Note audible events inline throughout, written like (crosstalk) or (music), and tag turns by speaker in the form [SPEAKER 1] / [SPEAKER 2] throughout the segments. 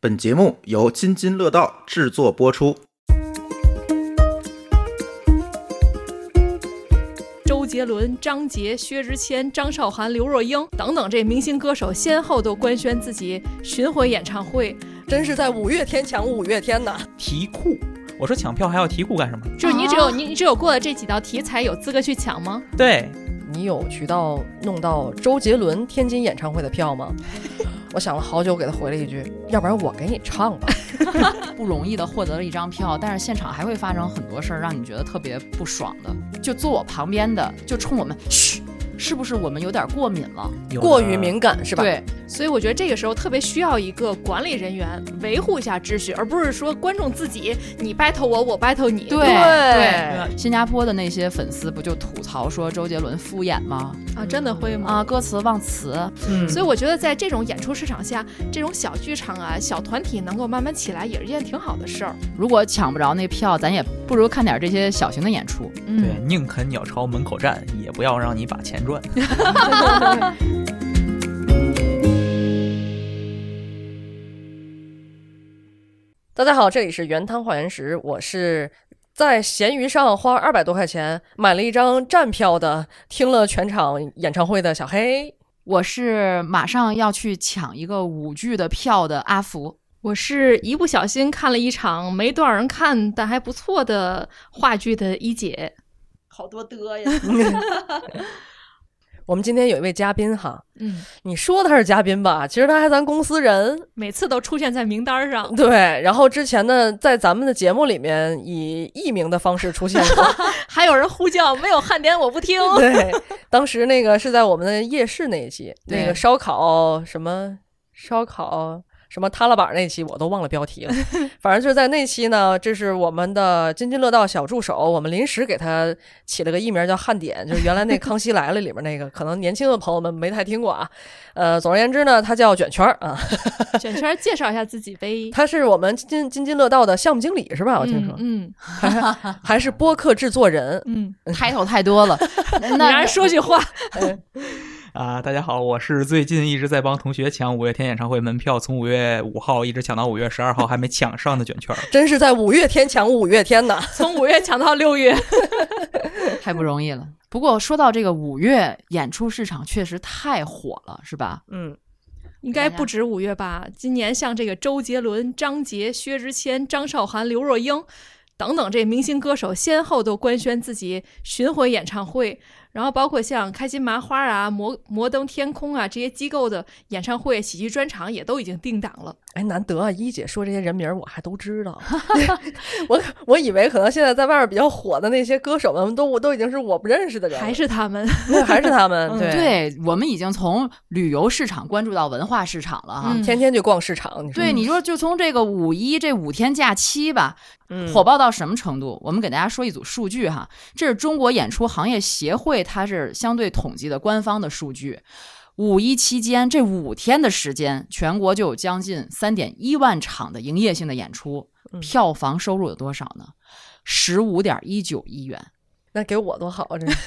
[SPEAKER 1] 本节目由津津乐道制作播出。
[SPEAKER 2] 周杰伦、张杰、薛之谦、张韶涵、刘若英等等这明星歌手先后都官宣自己巡回演唱会，
[SPEAKER 3] 真是在五月天抢五月天呐！
[SPEAKER 4] 题库，我说抢票还要题库干什么？
[SPEAKER 2] 就是你只有、
[SPEAKER 4] 哦
[SPEAKER 2] 你你只有过了这几道题才有资格去抢吗？
[SPEAKER 4] 对，
[SPEAKER 3] 你有渠道弄到周杰伦天津演唱会的票 (laughs) 吗？我想了好久，给他回了一句：“要不然我给你唱吧。
[SPEAKER 5] 不容易的获得了一张票，但是现场还会发生很多事儿，让你觉得特别不爽的。就坐我旁边的，就冲我们嘘，是不是我们有点过敏了？”
[SPEAKER 4] 有
[SPEAKER 3] (laughs) 过
[SPEAKER 4] 的
[SPEAKER 3] 于敏感是吧？，
[SPEAKER 5] 对，
[SPEAKER 2] 所以我觉得这个时候特别需要一个管理人员维护一下秩序，而不是说观众自己你 battle 我，我 battle 你。
[SPEAKER 5] 对
[SPEAKER 3] 对
[SPEAKER 5] 新加坡的那些粉丝不就吐槽说周杰伦敷衍吗？
[SPEAKER 2] 啊，真的会吗？
[SPEAKER 5] 啊，歌词忘词，
[SPEAKER 4] 嗯，
[SPEAKER 2] 所以我觉得在这种演出市场下，这种小剧场啊、小团体能够慢慢起来，也是一件挺好的事儿。
[SPEAKER 5] 如果抢不着那票，咱也不如看点这些小型的演出。
[SPEAKER 2] 嗯
[SPEAKER 4] 对，，宁肯鸟巢门口站，也不要让你把钱赚。
[SPEAKER 3] 大家好，这里是原汤化原食，我是在闲鱼上花二百多块钱买了一张站票的，听了全场演唱会的小黑。
[SPEAKER 5] 我是马上要去抢一个舞剧的票的阿福，
[SPEAKER 2] 我是一不小心看了一场没多少人看但还不错的话剧的一姐，
[SPEAKER 5] 好多的呀。
[SPEAKER 3] 我们今天有一位嘉宾哈，
[SPEAKER 2] 嗯，
[SPEAKER 3] 你说他是嘉宾吧，其实他还咱公司人，
[SPEAKER 2] 每次都出现在名单上。
[SPEAKER 3] 对，然后之前呢，在咱们的节目里面以艺名的方式出现过。
[SPEAKER 2] 还有人呼叫没有汉典我不 (laughs) 听，
[SPEAKER 3] 对，当时那个是在我们的夜市那一期，
[SPEAKER 5] 对
[SPEAKER 3] 那个烧烤什么烧烤什么塌拉板那期，我都忘了标题
[SPEAKER 2] (laughs)
[SPEAKER 3] 了。反正就是在那期呢，这是我们的津津乐道小助手，我们临时给他起了个艺名叫汉典，就是原来那《康熙来了》里面那个，可能年轻的朋友们没太听过啊。呃，总而言之呢，他叫卷圈儿啊，
[SPEAKER 2] 卷圈介绍一下自己呗。
[SPEAKER 3] 他是我们津津津乐道的项目经理是吧？我听说。
[SPEAKER 2] 嗯
[SPEAKER 3] 还是播客制作人，
[SPEAKER 2] 嗯，
[SPEAKER 5] title 太多了，
[SPEAKER 2] 嗯
[SPEAKER 5] 那
[SPEAKER 2] 让人说句 (laughs) 话，
[SPEAKER 4] 啊，大家好，我是最近一直在帮同学抢五月天演唱会门票，从五月五号一直抢到五月十二号，还没抢上的卷
[SPEAKER 3] (laughs)
[SPEAKER 4] 圈儿。
[SPEAKER 3] 真是在五月天抢五月天呐！
[SPEAKER 2] 从五月抢到六月，
[SPEAKER 5] 太不容易了。不过说到这个五月演出市场，确实太火了，是吧？
[SPEAKER 3] 嗯，
[SPEAKER 2] 应该不止五月吧？今年像这个周杰伦、张杰、薛之谦、张韶涵、刘若英等等这明星歌手，先后都官宣自己巡回演唱会，然后包括像开心麻花啊、摩摩登天空啊这些机构的演唱会、喜剧专场也都已经定档了。
[SPEAKER 3] 哎，难得啊，一姐说这些人名儿我还都知道， (laughs) 我我以为可能现在在外面比较火的那些歌手们都我都已经是我不认识的人了，
[SPEAKER 2] 还是他
[SPEAKER 3] (laughs)
[SPEAKER 2] 们，
[SPEAKER 3] 对还是他
[SPEAKER 5] (laughs)
[SPEAKER 3] 们，嗯对，
[SPEAKER 5] 嗯对我们已经从旅游市场关注到文化市场了哈。
[SPEAKER 2] 嗯
[SPEAKER 3] 啊天天去逛市场，你说
[SPEAKER 5] 对，你说就从这个五一这五天假期吧，
[SPEAKER 3] 嗯
[SPEAKER 5] 火爆到什么程度？我们给大家说一组数据哈，这是中国演出行业协会，它是相对统计的官方的数据。五一期间这五天的时间，全国就有将近三点一万场的营业性的演出，
[SPEAKER 3] 嗯
[SPEAKER 5] 票房收入有多少呢？十五点一九亿元。
[SPEAKER 3] 那给我多好啊！
[SPEAKER 5] (laughs)
[SPEAKER 3] 真是，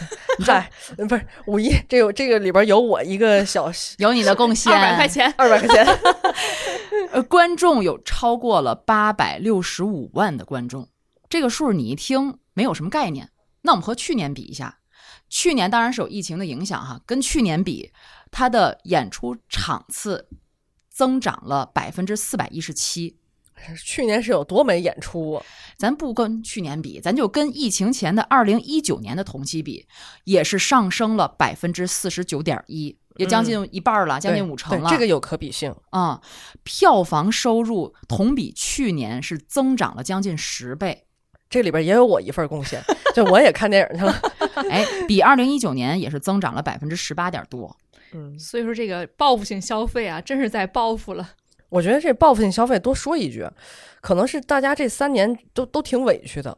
[SPEAKER 3] 嗨，不是五一，这有这个里边有我一个小。
[SPEAKER 5] 有你的贡
[SPEAKER 2] (laughs)
[SPEAKER 5] 献，
[SPEAKER 2] 二百块。钱
[SPEAKER 3] 二百块钱， (laughs)
[SPEAKER 5] 呃，观众有超过了八百六十五万的观众，这个数你一听没有什么概念。那我们和去年比一下，去年当然是有疫情的影响哈，跟去年比，它的演出场次增长了百分之四百一十七。
[SPEAKER 3] 去年是有多没演出啊？
[SPEAKER 5] 咱不跟去年比，咱就跟疫情前的二零一九年的同期比，也是上升了百分之四十九点一，也将近一半儿了，将近
[SPEAKER 3] 嗯对
[SPEAKER 5] 五成
[SPEAKER 3] 对
[SPEAKER 5] 了。
[SPEAKER 3] 这个有可比性，
[SPEAKER 5] 啊、票房收入同比去年是增长了将近十倍，
[SPEAKER 3] 这里边也有我一份贡献，就我也看电影去
[SPEAKER 5] (laughs)
[SPEAKER 3] 了，
[SPEAKER 5] 哎，比二零一九年也是增长了百分之十八点多。
[SPEAKER 3] 嗯。
[SPEAKER 2] 所以说这个报复性消费啊，真是在报复了。
[SPEAKER 3] 我觉得这报复性消费多说一句，可能是大家这三年都都挺委屈的，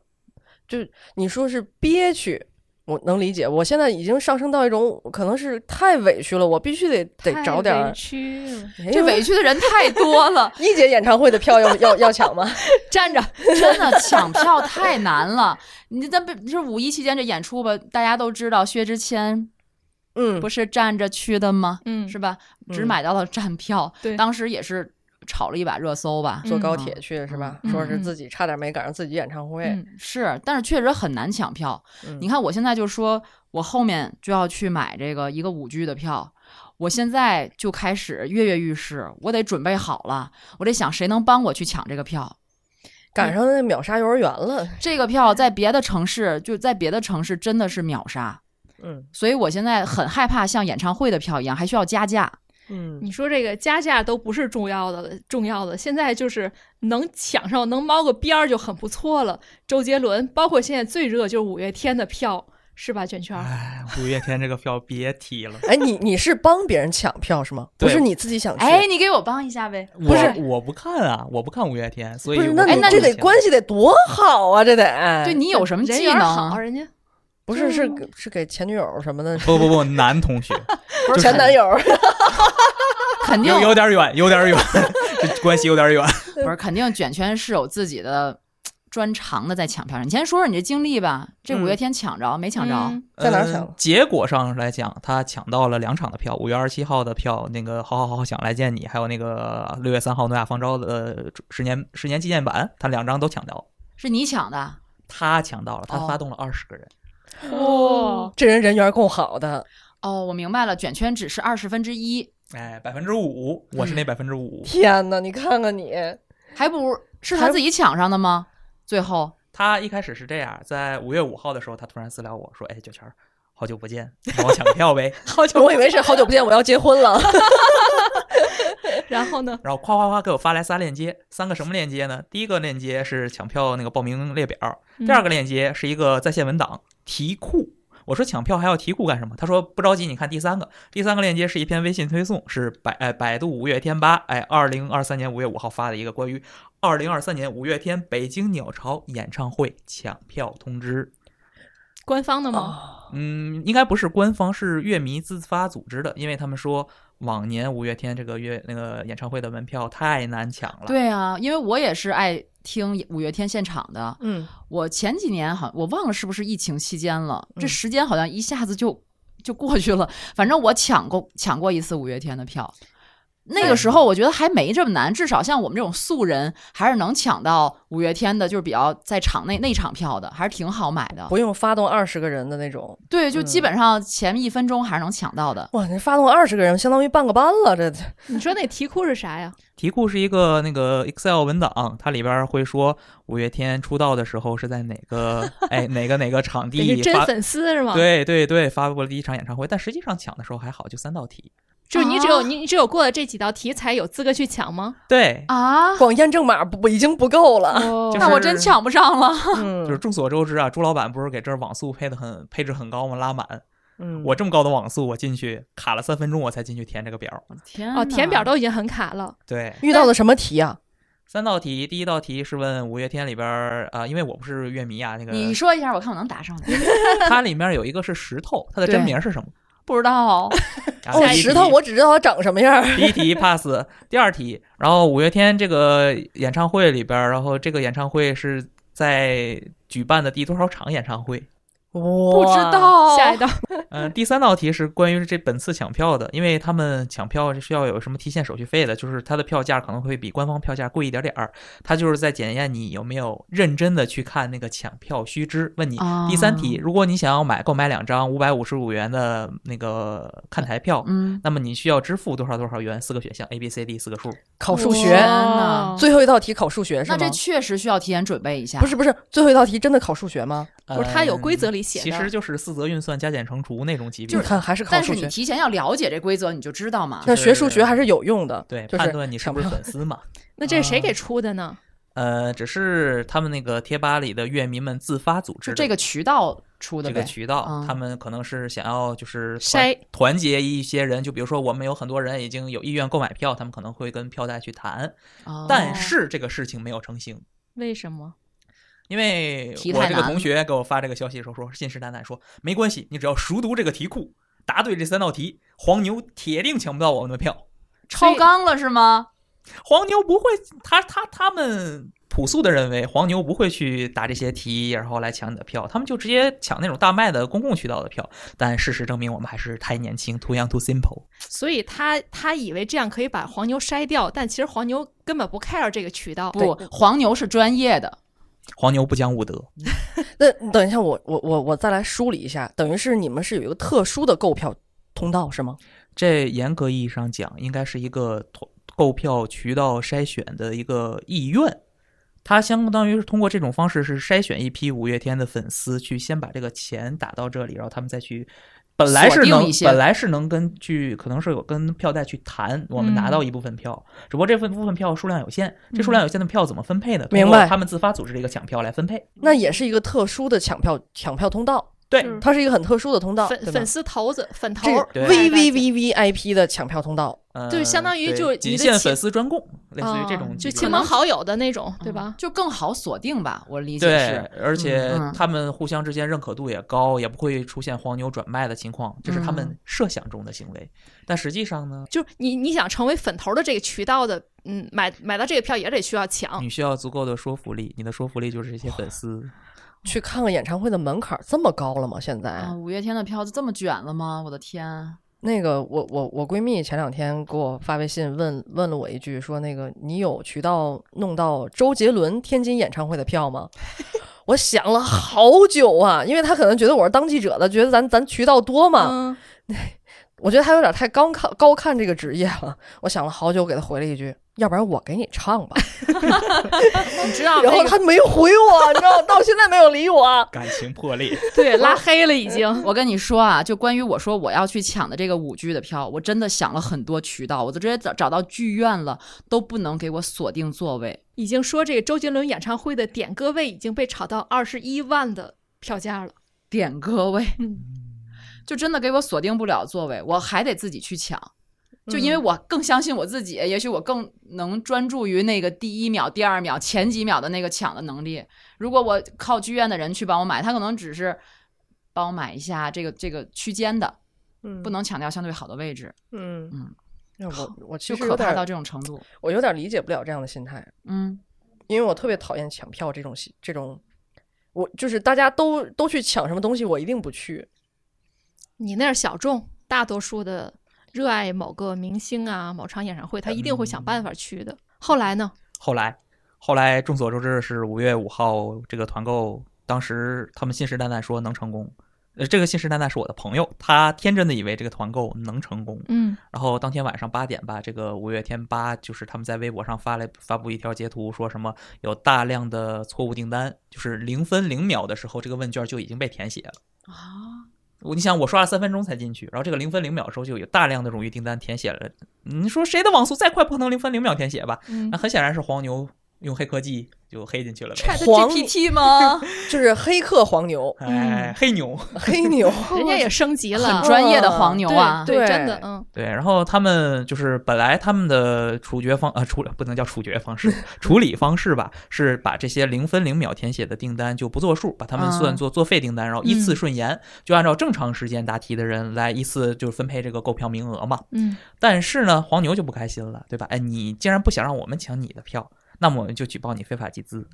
[SPEAKER 3] 就你说是憋屈，我能理解。我现在已经上升到一种可能是太委屈了，我必须得得找点儿。
[SPEAKER 2] 屈，
[SPEAKER 5] 这委
[SPEAKER 3] 屈，，
[SPEAKER 5] 屈的人太多 (laughs) 了
[SPEAKER 3] 一姐演唱会的票
[SPEAKER 5] (laughs)
[SPEAKER 3] 要要要抢吗？
[SPEAKER 2] 站着。
[SPEAKER 5] 真的抢票太难了。你咱不这五一期间这演出吧，大家都知道薛之谦
[SPEAKER 3] 嗯，
[SPEAKER 5] 不是站着去的吗？
[SPEAKER 2] 嗯
[SPEAKER 5] 是吧？只
[SPEAKER 3] 嗯
[SPEAKER 5] 买到了站票，
[SPEAKER 2] 对
[SPEAKER 5] 当时也是炒了一把热搜吧。
[SPEAKER 3] 坐高
[SPEAKER 5] 嗯
[SPEAKER 3] 铁去是吧？
[SPEAKER 5] 嗯
[SPEAKER 3] 说是
[SPEAKER 2] 嗯
[SPEAKER 3] 自己差点没赶上自己演唱会，
[SPEAKER 5] 嗯，是，但是确实很难抢票。
[SPEAKER 3] 嗯
[SPEAKER 5] 你看我现在就说，我后面就要去买这个一个五 G 的票，我现在就开始跃跃欲试，我得准备好了，我得想谁能帮我去抢这个票。
[SPEAKER 3] 赶上那秒杀幼儿园了，
[SPEAKER 5] 这个票在别的城市，就在别的城市真的是秒杀，
[SPEAKER 3] 嗯
[SPEAKER 5] 所以我现在很害怕像演唱会的票一样还需要加价。
[SPEAKER 3] 嗯，
[SPEAKER 2] 你说这个加价都不是重要的了，重要的现在就是能抢上，能猫个边儿就很不错了。周杰伦，包括现在最热就是五月天的票，是吧？卷圈儿，
[SPEAKER 4] 哎，五月天这个票别提了，
[SPEAKER 3] 哎，你你是帮别人抢票是吗？不
[SPEAKER 4] 对
[SPEAKER 3] 是你自己想去，
[SPEAKER 5] 哎，你给我帮一下呗？
[SPEAKER 4] 我
[SPEAKER 5] 是，
[SPEAKER 4] 我不看啊，我不看五月天，所以
[SPEAKER 3] 不是，
[SPEAKER 4] 我
[SPEAKER 3] 那
[SPEAKER 5] 哎
[SPEAKER 4] 不啊
[SPEAKER 3] 你
[SPEAKER 4] 看
[SPEAKER 3] 这
[SPEAKER 4] 五月
[SPEAKER 3] 得
[SPEAKER 4] 天
[SPEAKER 3] 关系得多好啊，这得
[SPEAKER 5] 对你有什么
[SPEAKER 2] 人
[SPEAKER 5] 技
[SPEAKER 2] 缘好，
[SPEAKER 5] 能？啊
[SPEAKER 2] 人家
[SPEAKER 3] 不是是是给前女友什么的，
[SPEAKER 4] 不不不，男同学
[SPEAKER 3] (laughs) 不是前男友，
[SPEAKER 5] 肯定
[SPEAKER 4] 有有点远，有点远， (laughs) 这关系有点远。
[SPEAKER 5] 不是，肯定卷圈是有自己的嘖专长的在抢票上。你先说说你这经历吧，这
[SPEAKER 3] 嗯
[SPEAKER 5] 五月天抢着、没抢着？
[SPEAKER 2] 嗯
[SPEAKER 3] 在哪儿
[SPEAKER 4] 呃
[SPEAKER 3] 抢的
[SPEAKER 4] 结果上来讲，他抢到了两场的票，五月二十七号的票，那个好好好好想来见你，还有那个六月三号诺亚方舟的呃十年十年纪念版，他两张都抢到了。
[SPEAKER 5] 是你抢的？
[SPEAKER 4] 他抢到了，他
[SPEAKER 5] 哦
[SPEAKER 4] 发动了二十个人，
[SPEAKER 2] 哇，
[SPEAKER 3] 这人人缘够好的，
[SPEAKER 5] 哦，我明白了，卷圈只是二十分之一，
[SPEAKER 4] 哎，百分之五，我
[SPEAKER 3] 嗯
[SPEAKER 4] 是那百分之五。
[SPEAKER 3] 天哪，你看看你，
[SPEAKER 5] 还不如是
[SPEAKER 3] 还
[SPEAKER 5] 他
[SPEAKER 3] 不
[SPEAKER 5] 自己抢上的吗？最后
[SPEAKER 4] 他一开始是这样，在五月五号的时候，他突然私聊我说：“哎，九泉儿，好久不
[SPEAKER 3] (laughs)
[SPEAKER 4] 见，你帮我抢个票呗。
[SPEAKER 3] 好久，我以为是好久不见，我要结婚了，
[SPEAKER 2] 然后呢”？
[SPEAKER 4] 然后夸夸夸给我发来仨链接，三个什么链接呢？第一个链接是抢票那个报名列表，第二
[SPEAKER 2] 个
[SPEAKER 4] 个链接是一个在线文档题库。我说抢票还要题库干什么？他说不着急，你看第三个，第三个链接是一篇微信推送，是百哎百度五月天吧，哎，二零二三年五月五号发的一个关于二零二三年五月天北京鸟巢演唱会抢票通知。
[SPEAKER 2] 官方的吗？
[SPEAKER 4] 嗯，应该不是官方，是乐迷自发组织的，因为他们说往年五月天这个乐那个演唱会的门票太难抢了。，
[SPEAKER 5] 对啊，因为我也是爱听五月天现场的，
[SPEAKER 3] 嗯，
[SPEAKER 5] 我前几年好我忘了是不是疫情期间了，这
[SPEAKER 3] 嗯
[SPEAKER 5] 时间好像一下子就就过去了。反正我抢过抢过一次五月天的票，那个时候我觉得还没这么难，至少像我们这种素人还是能抢到五月天的，就是比较在场内内场票的，还是挺好买的。
[SPEAKER 3] 不用发动二十个人的那种，
[SPEAKER 5] 对，就
[SPEAKER 3] 嗯
[SPEAKER 5] 基本上前一分钟还是能抢到的。
[SPEAKER 3] 哇，你发动二十个人，相当于半个班了，这
[SPEAKER 2] 你说那题库是啥呀？
[SPEAKER 4] 题库是一个那个 Excel 文档，它里边会说五月天出道的时候是在哪个哎哪个哪个场
[SPEAKER 2] 得是
[SPEAKER 4] 地
[SPEAKER 2] 真
[SPEAKER 4] 发。
[SPEAKER 2] 粉丝是吗？，
[SPEAKER 4] 对对对，发布了第一场演唱会，但实际上抢的时候还好，就三道题。
[SPEAKER 2] 就是你只有
[SPEAKER 5] 啊
[SPEAKER 2] 你你只有过了这几道题才有资格去抢吗？
[SPEAKER 4] 对，
[SPEAKER 5] 啊，
[SPEAKER 3] 光验证码不不已经不够
[SPEAKER 5] (laughs)
[SPEAKER 3] 了，
[SPEAKER 2] 哦
[SPEAKER 4] 就是
[SPEAKER 5] 那我真抢不上了。
[SPEAKER 3] 嗯，
[SPEAKER 4] 就是众所周知啊，朱老板不是给这儿网速配的很配置很高吗？拉满，
[SPEAKER 3] 嗯
[SPEAKER 4] 我这么高的网速，我进去卡了三分钟，我才进去填这个表。
[SPEAKER 5] (laughs) 天
[SPEAKER 2] 哦，填表
[SPEAKER 5] 都
[SPEAKER 2] 都已经很卡了。
[SPEAKER 4] 对，
[SPEAKER 3] 遇到的什么题啊？
[SPEAKER 4] 三道题，第一道题是问五月天里边儿啊、因为我不是乐迷啊，那个
[SPEAKER 5] 你说一下，我看我能答上去。 (laughs)
[SPEAKER 4] 它里面有一个是石头，它的真
[SPEAKER 5] 对
[SPEAKER 4] 名是什么？
[SPEAKER 5] 不知道，
[SPEAKER 4] 然后
[SPEAKER 3] 哦，
[SPEAKER 4] 第一
[SPEAKER 3] 石
[SPEAKER 4] 题
[SPEAKER 3] 头，我只知道他长什么样儿，
[SPEAKER 4] 第一题 pass，第二题，然后五月天这个演唱会里边儿，然后这个演唱会是在举办的第多少场演唱会？
[SPEAKER 3] 不
[SPEAKER 5] 不知，道。
[SPEAKER 2] 下一道，
[SPEAKER 4] 嗯、第三道题是关于这本次抢票的，因为他们抢票是要有什么提现手续费的，就是它的票价可能会比官方票价贵一点点儿，它就是在检验你有没有认真的去看那个抢票须知。问你
[SPEAKER 5] 啊
[SPEAKER 4] 第三题，如果你想要买购买两张五百五十五元的那个看台票，
[SPEAKER 5] 嗯，
[SPEAKER 4] 那么你需要支付多少多少元？四个选项 A、B、C、D 四个数。
[SPEAKER 3] 考哦数
[SPEAKER 5] 天
[SPEAKER 3] 学，
[SPEAKER 5] 呐
[SPEAKER 2] 哇
[SPEAKER 3] 最后一道题考数学是
[SPEAKER 5] 那
[SPEAKER 3] 吗？
[SPEAKER 5] 这啊确实需要提前准备一下。
[SPEAKER 3] 不是不是，最后一道题真的考数学吗？
[SPEAKER 2] 不是它有规则里
[SPEAKER 4] 嗯
[SPEAKER 2] 写
[SPEAKER 4] 其
[SPEAKER 2] 的
[SPEAKER 4] 实就是四则运算加减乘除那种级别，
[SPEAKER 3] 你看还是考
[SPEAKER 5] 但是
[SPEAKER 3] 数
[SPEAKER 5] 你
[SPEAKER 3] 学，
[SPEAKER 5] 提前要了解这规则，你就知道嘛。
[SPEAKER 3] 那
[SPEAKER 4] 是
[SPEAKER 3] 学数学还是有用的。
[SPEAKER 4] 对、
[SPEAKER 3] 就是
[SPEAKER 4] 判断你是不是粉丝嘛。
[SPEAKER 2] 那这是谁给出的呢？
[SPEAKER 4] 呃，只是他们那个贴吧里的乐迷们自发组织
[SPEAKER 5] 就
[SPEAKER 4] 的
[SPEAKER 5] 这个渠道出的
[SPEAKER 4] 这个
[SPEAKER 5] 呗。
[SPEAKER 4] 渠道，
[SPEAKER 5] 嗯
[SPEAKER 4] 他们可能是想要就是团
[SPEAKER 2] 筛
[SPEAKER 4] 团结一些人，就比如说我们有很多人已经有意愿购买票，他们可能会跟票代去谈，
[SPEAKER 5] 哦
[SPEAKER 4] 但是这个事情没有成型。
[SPEAKER 2] 为什么？
[SPEAKER 4] 因为
[SPEAKER 5] 题
[SPEAKER 4] 我
[SPEAKER 5] 太
[SPEAKER 4] 这个
[SPEAKER 5] 难
[SPEAKER 4] 同
[SPEAKER 5] 了
[SPEAKER 4] 学给我发这个消息的时候说，信誓旦旦说没关系，你只要熟读这个题库，答对这三道题，黄牛铁定抢不到我们的票。
[SPEAKER 5] 超纲了是吗？
[SPEAKER 4] 黄牛不会，他他他们朴素的认为黄牛不会去打这些题，然后来抢你的票，他们就直接抢那种大卖的公共渠道的票。但事实证明，我们还是太年轻，too young too simple。
[SPEAKER 2] 所以他他以为这样可以把黄牛筛掉，但其实黄牛根本不 care 这个渠道。
[SPEAKER 5] 不，黄牛是专业的，
[SPEAKER 4] 黄牛不讲武德，
[SPEAKER 3] 那等一下，我我我我再来梳理一下，等于是你们是有一个特殊的购票通道是吗？
[SPEAKER 4] 这严格意义上讲，应该是一个投购票渠道筛选的一个意愿。他相当于是通过这种方式是筛选一批五月天的粉丝，去先把这个钱打到这里，然后他们再去。本来是
[SPEAKER 5] 锁定
[SPEAKER 4] 能
[SPEAKER 5] 一，些
[SPEAKER 4] 本来是能根据可能是有跟票代去谈，我们拿
[SPEAKER 2] 嗯
[SPEAKER 4] 到一部分票，只不过这份部分票数量有限，这数量有限的票怎么分配呢？
[SPEAKER 3] 明白
[SPEAKER 4] 通过他们自发组织的一个抢票来分配。
[SPEAKER 3] 那也是一个特殊的抢票抢票通道，
[SPEAKER 4] 对，
[SPEAKER 2] 是
[SPEAKER 3] 它是一个很特殊的通道，
[SPEAKER 2] 嗯粉
[SPEAKER 3] 对吧
[SPEAKER 2] 粉丝头子粉头
[SPEAKER 3] 这个
[SPEAKER 4] 对
[SPEAKER 3] V V V V I P 的抢票通道，
[SPEAKER 4] 呃
[SPEAKER 2] 对相当于
[SPEAKER 4] 对
[SPEAKER 2] 就是你的
[SPEAKER 4] 仅限
[SPEAKER 2] 亲
[SPEAKER 4] 粉丝专供，类似于这种
[SPEAKER 2] 啊哦就
[SPEAKER 4] 级别
[SPEAKER 2] 亲朋好友的那种，对吧？
[SPEAKER 5] 嗯就更好锁定吧。我理解
[SPEAKER 4] 对
[SPEAKER 5] 是，，
[SPEAKER 4] 而且
[SPEAKER 5] 嗯
[SPEAKER 4] 他们互相之间认可度也高，也不会出现黄牛转卖的情况，这是他们
[SPEAKER 5] 嗯
[SPEAKER 4] 设想中的行为。但实际上呢，
[SPEAKER 2] 就是你你想成为粉头的这个渠道的，嗯，买买到这个票也得需要
[SPEAKER 5] 哦
[SPEAKER 2] 抢。
[SPEAKER 4] 你需要足够的说服力，你的说服力就是这些粉丝。
[SPEAKER 3] 去看看演唱会的门槛这么高了吗？现在、
[SPEAKER 2] 哦
[SPEAKER 5] 啊，五月天的票子这么卷了吗？我的天，
[SPEAKER 3] 那个我我我闺蜜前两天给我发微信问问了我一句，说那个你有渠道弄到周杰伦天津演唱会的票吗？ (laughs) 我想了好久啊，因为她可能觉得我是当记者的，觉得咱咱渠道多嘛，
[SPEAKER 2] 嗯，
[SPEAKER 3] 我觉得他有点太高看高看这个职业了。我想了好久，给他回了一句：“要不然我给你唱吧。
[SPEAKER 2] 嗯你知”道
[SPEAKER 3] (laughs) 然后
[SPEAKER 2] 那个
[SPEAKER 3] 他没回我，你知道，到现在没有理我。
[SPEAKER 4] (laughs) (laughs) 感情破裂，
[SPEAKER 2] 对拉黑了已经。
[SPEAKER 5] (laughs) 我跟你说啊，就关于我说我要去抢的这个舞剧的票，我真的想了很多渠道，我都直接找找到剧院了，都不能给我锁定座位。
[SPEAKER 2] 已经说这个周杰伦演唱会的点歌位已经被炒到二十一万的票价了。
[SPEAKER 5] 点歌位
[SPEAKER 2] 嗯，
[SPEAKER 5] (laughs) 就真的给我锁定不了座位，我还得自己去抢。就因为我更相信我自己，也许我更能专注于那个第一秒、第二秒、前几秒的那个抢的能力。如果我靠剧院的人去帮我买，他可能只是帮我买一下这个这个区间的，
[SPEAKER 3] 嗯
[SPEAKER 5] 不能抢掉相对好的位置，
[SPEAKER 3] 嗯
[SPEAKER 5] 嗯
[SPEAKER 3] 那我我其
[SPEAKER 5] 就
[SPEAKER 3] 实有
[SPEAKER 5] 可怕
[SPEAKER 3] 点
[SPEAKER 5] 到这种程度。
[SPEAKER 3] 我有点理解不了这样的心态，
[SPEAKER 5] 嗯，
[SPEAKER 3] 因为我特别讨厌抢票这种心这种。我就是大家都都去抢什么东西，我一定不去。
[SPEAKER 2] 你那是小众，大多数的热爱某个明星啊、某场演唱会，他一定会想办法去的。后来呢？
[SPEAKER 4] 后来，后来众所周知的是五月五号这个团购，当时他们信誓旦旦说能成功。呃，这个信誓旦旦是我的朋友，他天真的以为这个团购能成功。
[SPEAKER 2] 嗯，
[SPEAKER 4] 然后当天晚上八点吧，这个五月天吧，就是他们在微博上发了发布一条截图，说什么有大量的错误订单，就是零分零秒的时候，这个问卷就已经被填写了。
[SPEAKER 5] 啊，
[SPEAKER 4] 我你想，我刷了三分钟才进去，然后这个零分零秒的时候就有大量的冗余订单填写了。你说谁的网速再快，不可能零分零秒填写吧？
[SPEAKER 2] 嗯
[SPEAKER 4] 那很显然是黄牛用黑科技就黑进去了呗。、
[SPEAKER 5] Chat
[SPEAKER 3] 黄
[SPEAKER 5] GPT (laughs) 吗？
[SPEAKER 3] 就是黑客黄牛 (laughs)
[SPEAKER 4] 哎，黑牛。
[SPEAKER 3] 黑牛，
[SPEAKER 2] 人家也升级了
[SPEAKER 5] 很，专业的黄牛啊，
[SPEAKER 2] 对对，
[SPEAKER 3] 对
[SPEAKER 2] 真的，嗯，
[SPEAKER 4] 对，然后他们就是本来他们的处决方啊处不能叫处决方式，处理方式吧，是把这些零分零秒填写的订单就不作数，把他们算
[SPEAKER 5] 嗯
[SPEAKER 4] 作作废订单，然后依次顺延，就按照正常时间答题的人来依次就是分配这个购票名额嘛。
[SPEAKER 2] 嗯，
[SPEAKER 4] 但是呢，黄牛就不开心了，对吧？哎，你既然不想让我们抢你的票，那么我们就举报你非法集资，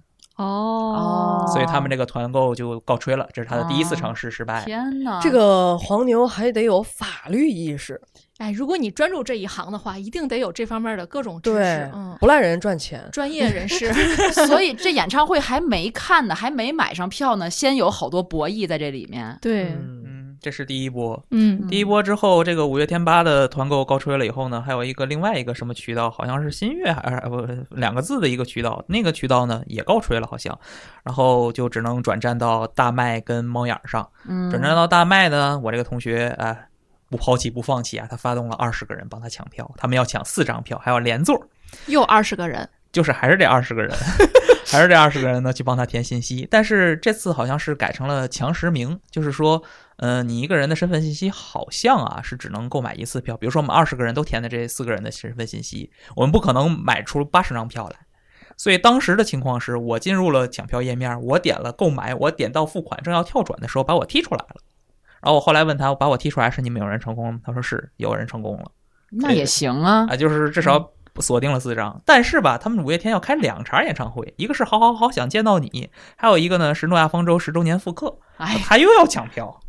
[SPEAKER 2] 哦
[SPEAKER 4] 所以他们这个团购就告吹了，这是他的第一次
[SPEAKER 5] 哦
[SPEAKER 4] 尝试失败。
[SPEAKER 5] 天哪，
[SPEAKER 3] (laughs) 这个黄牛还得有法律意识，
[SPEAKER 2] 哎，如果你专注这一行的话，一定得有这方面的各种知
[SPEAKER 3] 对
[SPEAKER 2] 识，，嗯，
[SPEAKER 3] 不赖人赚钱。
[SPEAKER 2] 专业人
[SPEAKER 4] (laughs)
[SPEAKER 2] 士，
[SPEAKER 5] 所以这演唱会还没看呢，还没买上票呢，先有好多博弈在这里面。
[SPEAKER 2] 对，
[SPEAKER 4] 嗯，这是第一波。
[SPEAKER 2] 嗯，
[SPEAKER 4] 第一波之后，这个五月天吧的团购高吹了以后呢，还有一个另外一个什么渠道，好像是新月还是呃不两个字的一个渠道，那个渠道呢也高吹了好像，然后就只能转战到大麦跟猫眼儿上。
[SPEAKER 5] 嗯，
[SPEAKER 4] 转战到大麦呢，我这个同学啊、哎不抛弃不放弃啊，他发动了二十个人帮他抢票，他们要抢四张票，还要连座儿，
[SPEAKER 2] 又二十个人，
[SPEAKER 4] 就是还是这二十个人，还是这二十个人呢去帮他填信息。但是这次好像是改成了强实名，就是说，呃，你一个人的身份信息好像啊是只能购买一次票。比如说我们二十个人都填的这四个人的身份信息，我们不可能买出八十张票来。所以当时的情况是我进入了抢票页面，我点了购买，我点到付款，正要跳转的时候把我踢出来了。然后我后来问他，把我踢出来是你们有人成功吗？他说是有人成功了。
[SPEAKER 5] 那也行啊
[SPEAKER 4] 啊，，就是至少锁定了四张。但是吧，他们五月天要开两场演唱会，一个是好好好想见到你，还有一个呢是诺亚方舟十周年复刻，
[SPEAKER 5] 哎，
[SPEAKER 4] 他又要抢票。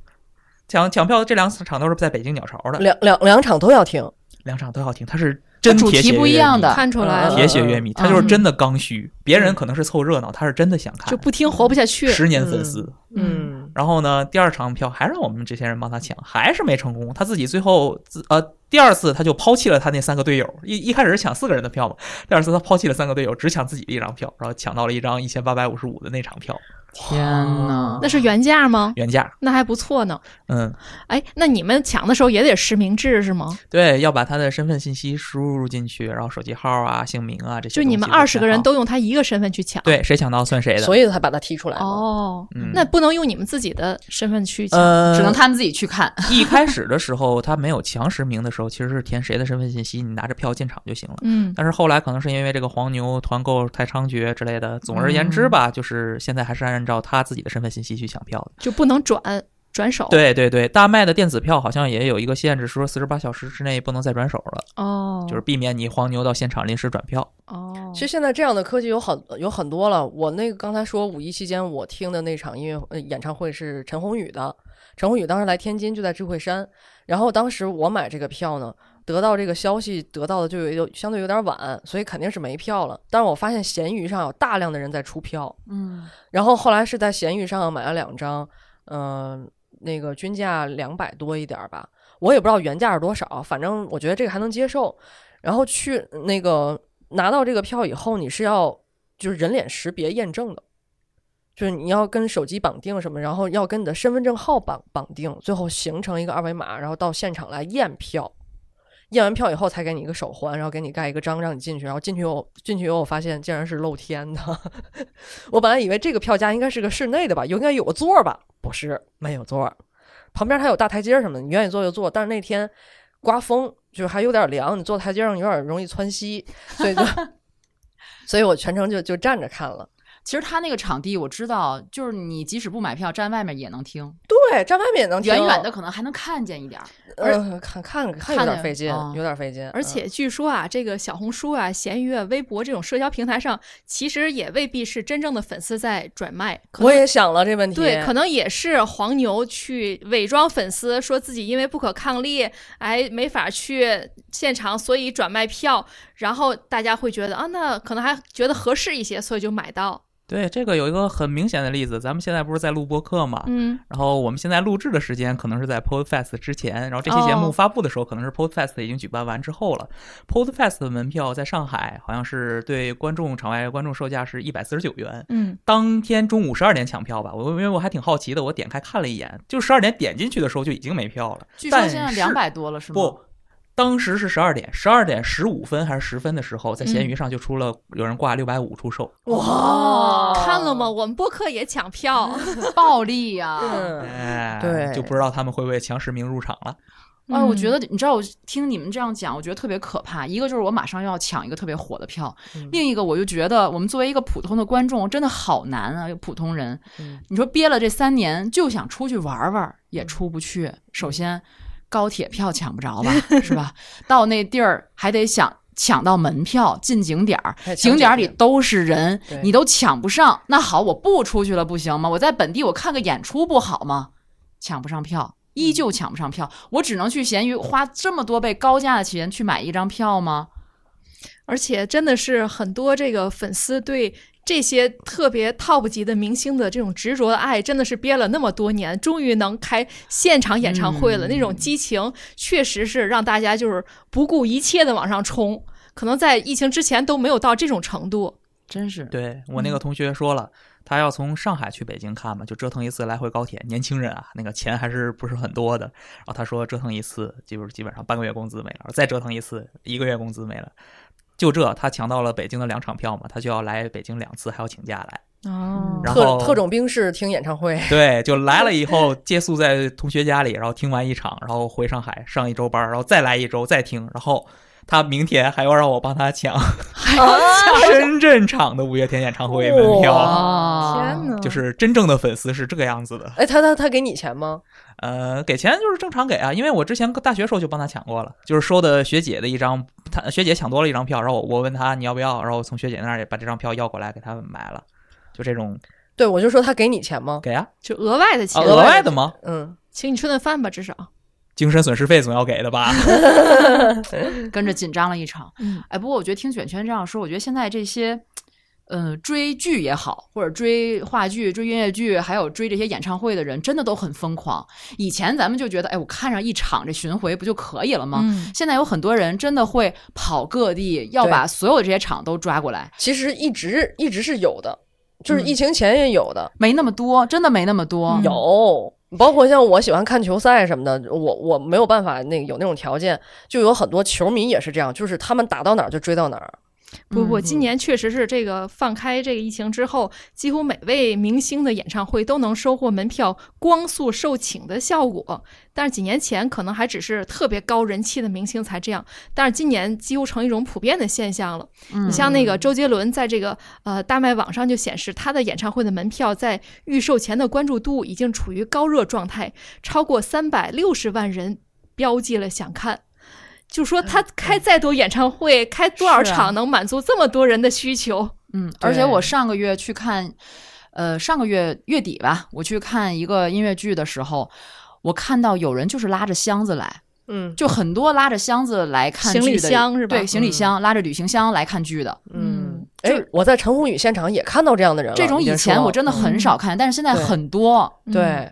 [SPEAKER 4] 抢抢票，这两场都是在北京鸟巢的，
[SPEAKER 3] 两两两场都要听，
[SPEAKER 4] 两场都要听，他是真
[SPEAKER 5] 主
[SPEAKER 4] 铁
[SPEAKER 5] 题
[SPEAKER 4] 血
[SPEAKER 5] 不一
[SPEAKER 4] 乐
[SPEAKER 5] 样
[SPEAKER 4] 迷
[SPEAKER 5] 的，嗯
[SPEAKER 2] 看出来了，
[SPEAKER 4] 铁血乐迷，他就是真的刚需。别人可能是凑热闹，他是真的想看，
[SPEAKER 2] 就不听活不下去。
[SPEAKER 4] 十年粉丝。
[SPEAKER 3] 嗯，
[SPEAKER 4] 然后呢，第二场票还让我们这些人帮他抢，还是没成功。他自己最后自呃第二次他就抛弃了他那三个队友，一一开始是抢四个人的票嘛，第二次他抛弃了三个队友，只抢自己的一张票，然后抢到了一张一千八百五十五的那场票，
[SPEAKER 5] 天呐，
[SPEAKER 2] 那是原价吗？
[SPEAKER 4] 原价。
[SPEAKER 2] 那还不错呢。
[SPEAKER 4] 嗯，
[SPEAKER 2] 哎，那你们抢的时候也得实名制是吗？
[SPEAKER 4] 对，要把他的身份信息输入进去，然后手机号啊、姓名啊这些
[SPEAKER 2] 就
[SPEAKER 4] 东
[SPEAKER 2] 你
[SPEAKER 4] 西都填好。
[SPEAKER 2] 们二十个人都用他一个身份去抢。
[SPEAKER 4] 对，谁抢到算谁的。
[SPEAKER 3] 所以才把他踢出来嘛。
[SPEAKER 2] 哦，
[SPEAKER 4] 嗯
[SPEAKER 2] 那不能用你们自己的身份去抢。
[SPEAKER 3] 呃，
[SPEAKER 5] 只能他们自己
[SPEAKER 4] (laughs)
[SPEAKER 5] 去看。
[SPEAKER 4] 一开始的时候，他没有强实名的时候，其实是填谁的身份信息，你拿着票进场就行了。
[SPEAKER 2] 嗯，
[SPEAKER 4] 但是后来可能是因为这个黄牛团购太猖獗之类的，总而言之吧，就是现在还是按照他自己的身份信息去抢票的。
[SPEAKER 2] 就不能转转手。，
[SPEAKER 4] 对对对，大麦的电子票好像也有一个限制，说四十八小时之内不能再转手了，
[SPEAKER 2] 哦，
[SPEAKER 4] 就是避免你黄牛到现场临时转票。
[SPEAKER 2] 哦，
[SPEAKER 3] 其实现在这样的科技有很有很多了。我那个刚才说五一期间我听的那场音乐、呃、演唱会是陈鸿宇的，陈鸿宇当时来天津就在智慧山，然后当时我买这个票呢，得到这个消息得到的就有有相对有点晚，所以肯定是没票了。但是我发现闲鱼上有大量的人在出票，
[SPEAKER 5] 嗯，
[SPEAKER 3] 然后后来是在闲鱼上买了两张，嗯、那个均价两百多一点儿吧，我也不知道原价是多少，反正我觉得这个还能接受。然后去那个拿到这个票以后，你是要就是人脸识别验证的，就是你要跟手机绑定什么，然后要跟你的身份证号绑绑定，最后形成一个二维码，然后到现场来验票。验完票以后才给你一个手环，然后给你盖一个章让你进去，然后进去以后进去以后我发现竟然是露天的，我本来以为这个票价应该是个室内的吧，应该有个座儿吧？不是，没有座儿，旁边还有大台阶儿什么的，你愿意坐就坐。但是那天刮风，就是还有点凉，你坐台阶上有点容易窜稀，所以 (laughs) 就，所以我全程就就站着看了。
[SPEAKER 5] 其实他那个场地我知道，就是你即使不买票，站外面也能听，
[SPEAKER 3] 对，站外面也能听，哦
[SPEAKER 5] 远远的，可能还能看见一点儿。
[SPEAKER 3] 呃，看看看有
[SPEAKER 5] 看
[SPEAKER 3] 点
[SPEAKER 5] 着
[SPEAKER 3] 费劲
[SPEAKER 5] 哦，
[SPEAKER 3] 有点费劲，嗯
[SPEAKER 2] 而且据说啊，这个小红书啊、闲鱼啊、微博这种社交平台上，其实也未必是真正的粉丝在转卖，可
[SPEAKER 3] 嗯
[SPEAKER 2] 能
[SPEAKER 3] 我也想了这问题，
[SPEAKER 2] 对，可能也是黄牛去伪装粉丝，说自己因为不可抗力，哎，没法去现场，所以转卖票，然后大家会觉得啊，那可能还觉得合适一些，所以就买到。
[SPEAKER 4] 对，这个有一个很明显的例子，咱们现在不是在录播课嘛？
[SPEAKER 2] 嗯，
[SPEAKER 4] 然后我们现在录制的时间可能是在 Podfest 之前，然后这期节目
[SPEAKER 2] 哦
[SPEAKER 4] 发布的时候，可能是 Podfest 已经举办完之后了。Podfest 的门票在上海好像是对观众场外观众售价是一百四十九元，
[SPEAKER 2] 嗯，
[SPEAKER 4] 当天中午十二点抢票吧，我因为我还挺好奇的，我点开看了一眼，就十二点点进去的时候就已经没票了。
[SPEAKER 5] 据说
[SPEAKER 4] 但
[SPEAKER 5] 现在
[SPEAKER 4] 是
[SPEAKER 5] 两百多了，是吗？
[SPEAKER 4] 不，当时是十二点，十二点十五分还是十分的时候，在闲
[SPEAKER 5] 嗯
[SPEAKER 4] 鱼上就出了有人挂六百五出售。
[SPEAKER 3] 哇，
[SPEAKER 2] 哦看了吗？？我们播客也抢票，
[SPEAKER 5] (laughs) 暴利呀、
[SPEAKER 3] 嗯，
[SPEAKER 4] 哎，
[SPEAKER 3] 对
[SPEAKER 4] 就不知道他们会不会强实名入场了。
[SPEAKER 5] 哎，我觉得你知道，我听你们这样讲，我觉得特别可怕。一个就是我马上要抢一个特别火的票，
[SPEAKER 3] 嗯
[SPEAKER 5] 另一个我就觉得我们作为一个普通的观众，真的好难啊，普通人。
[SPEAKER 3] 嗯
[SPEAKER 5] 你说憋了这三年，就想出去玩玩，也出不去。首先，高铁票抢不 (laughs) 着吧，是吧？到那地儿还得想。抢到门票进景点儿
[SPEAKER 3] 还，抢
[SPEAKER 5] 景点儿
[SPEAKER 3] 景
[SPEAKER 5] 里
[SPEAKER 3] 点
[SPEAKER 5] 都是人
[SPEAKER 3] 对，
[SPEAKER 5] 你都抢不上。那好，我不出去了，不行吗？我在本地我看个演出不好吗？抢不上票，依旧抢不上票，我只能去闲鱼花这么多倍高价的钱去买一张票吗？
[SPEAKER 2] 而且真的是很多这个粉丝对这些特别 top 级的明星的这种执着的爱，真的是憋了那么多年，终于能开现场演唱会了。那
[SPEAKER 4] 嗯
[SPEAKER 2] 种激情确实是让大家就是不顾一切的往上冲，可能在疫情之前都没有到这种程度。
[SPEAKER 5] 真是，
[SPEAKER 4] 对我那个同学说了，他要从上海去北京看嘛，就折腾一次来回高铁。年轻人啊，那个钱还是不是很多的。然后他说折腾一次，就是基本上半个月工资没了，再折腾一次，一个月工资没了。就这，他抢到了北京的两场票嘛，他就要来北京两次，还要请假来。
[SPEAKER 2] 哦
[SPEAKER 4] 然
[SPEAKER 3] 特
[SPEAKER 4] 后
[SPEAKER 3] 特种兵式听演唱会，
[SPEAKER 4] 对，就来了以后借宿在同学家里，然后听完一场，然后回上海上一周班，然后再来一周再听，然后他明天还要让我帮他抢 (laughs)
[SPEAKER 3] 啊
[SPEAKER 4] 深圳场的五月天演唱会门票。
[SPEAKER 5] 哇
[SPEAKER 2] 天哪，
[SPEAKER 4] 就是真正的粉丝是这个样子的，
[SPEAKER 3] (laughs) 哎，他他他给你钱吗？
[SPEAKER 4] 呃，给钱就是正常给啊，因为我之前大学时候就帮他抢过了，就是收的学姐的一张，他学姐抢多了一张票，然后我我问他你要不要，然后我从学姐那儿也把这张票要过来给他买了，就这种
[SPEAKER 3] 对，我就说他给你钱吗？
[SPEAKER 4] 给啊，
[SPEAKER 2] 就额外的
[SPEAKER 4] 啊
[SPEAKER 2] 钱，
[SPEAKER 4] 额外的吗？
[SPEAKER 3] 嗯，
[SPEAKER 2] 请你吃顿饭吧，至少。
[SPEAKER 4] 精神损失费总要给的吧？
[SPEAKER 5] 跟着紧张了一场。
[SPEAKER 2] 嗯，
[SPEAKER 5] 哎，不过我觉得听卷圈这样说，我觉得现在这些，呃，追剧也好，或者追话剧、追音乐剧，还有追这些演唱会的人，真的都很疯狂。以前咱们就觉得，哎，我看上一场这巡回不就可以了吗？
[SPEAKER 2] 嗯
[SPEAKER 5] 现在有很多人真的会跑各地，要
[SPEAKER 3] 对
[SPEAKER 5] 把所有这些场都抓过来，
[SPEAKER 3] 其实一直一直是有的，就是
[SPEAKER 5] 嗯
[SPEAKER 3] 疫情前也有的，
[SPEAKER 5] 没那么多，真的没那么多。
[SPEAKER 2] 嗯
[SPEAKER 3] 有。包括像我喜欢看球赛什么的，我我没有办法那个有那种条件，就有很多球迷也是这样，就是他们打到哪儿就追到哪儿。
[SPEAKER 2] 不不，
[SPEAKER 5] 嗯
[SPEAKER 2] 今年确实是这个放开这个疫情之后，几乎每位明星的演唱会都能收获门票光速售罄的效果。但是几年前可能还只是特别高人气的明星才这样，但是今年几乎成一种普遍的现象了。
[SPEAKER 5] 嗯
[SPEAKER 2] 你像那个周杰伦，在这个呃大麦网上就显示，他的演唱会的门票在预售前的关注度已经处于高热状态，超过三百六十万人标记了想看。就说他开再多演唱会，开多少
[SPEAKER 5] 嗯是啊
[SPEAKER 2] 场能满足这么多人的需求？
[SPEAKER 5] 嗯，而且我
[SPEAKER 3] 对
[SPEAKER 5] 上个月去看，呃，上个月月底吧，我去看一个音乐剧的时候，我看到有人就是拉着箱子来，
[SPEAKER 3] 嗯
[SPEAKER 5] 就很多拉着箱子来看
[SPEAKER 2] 行李
[SPEAKER 5] 剧的
[SPEAKER 2] 箱是吧
[SPEAKER 5] 对，行李箱、拉着旅行箱来看剧的，
[SPEAKER 3] 嗯
[SPEAKER 2] 嗯，
[SPEAKER 3] 哎，我在陈鸿宇现场也看到这样的人了。
[SPEAKER 5] 这种
[SPEAKER 3] 你别
[SPEAKER 5] 以前
[SPEAKER 3] 说
[SPEAKER 5] 我真的很少看，但是现在
[SPEAKER 3] 对
[SPEAKER 5] 很多，
[SPEAKER 2] 嗯
[SPEAKER 3] 对，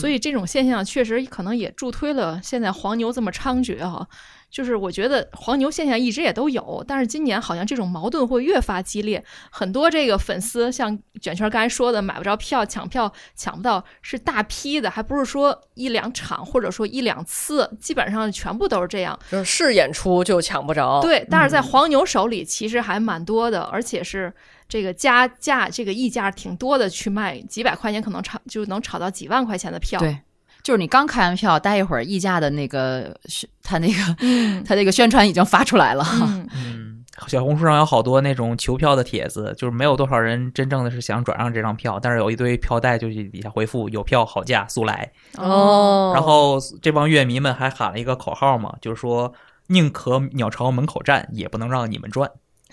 [SPEAKER 2] 所以这种现象确实可能也助推了现在黄牛这么猖獗哈、就是我觉得黄牛现象一直也都有，但是今年好像这种矛盾会越发激烈。很多这个粉丝像卷圈刚才说的，买不着票、抢票抢不到，是大批的，还不是说一两场或者说一两次，基本上全部都是这样。
[SPEAKER 3] 就是是演出就抢不着。，
[SPEAKER 2] 对，但是在黄牛手里其实还蛮多的，而且是这个加价这个溢价挺多的，去卖几百块钱可能炒就能炒到几万块钱的票。
[SPEAKER 5] 对。就是你刚开完票，待一会儿溢价的那个宣，他那个、他那个宣传已经发出来了。
[SPEAKER 2] 嗯，
[SPEAKER 4] 嗯，小红书上有好多那种求票的帖子，就是没有多少人真正的是想转让这张票，但是有一堆票代就去底下回复有票好价速来，
[SPEAKER 3] 哦，
[SPEAKER 4] 然后这帮乐迷们还喊了一个口号嘛，就是说宁可鸟巢门口站，也不能让你们赚。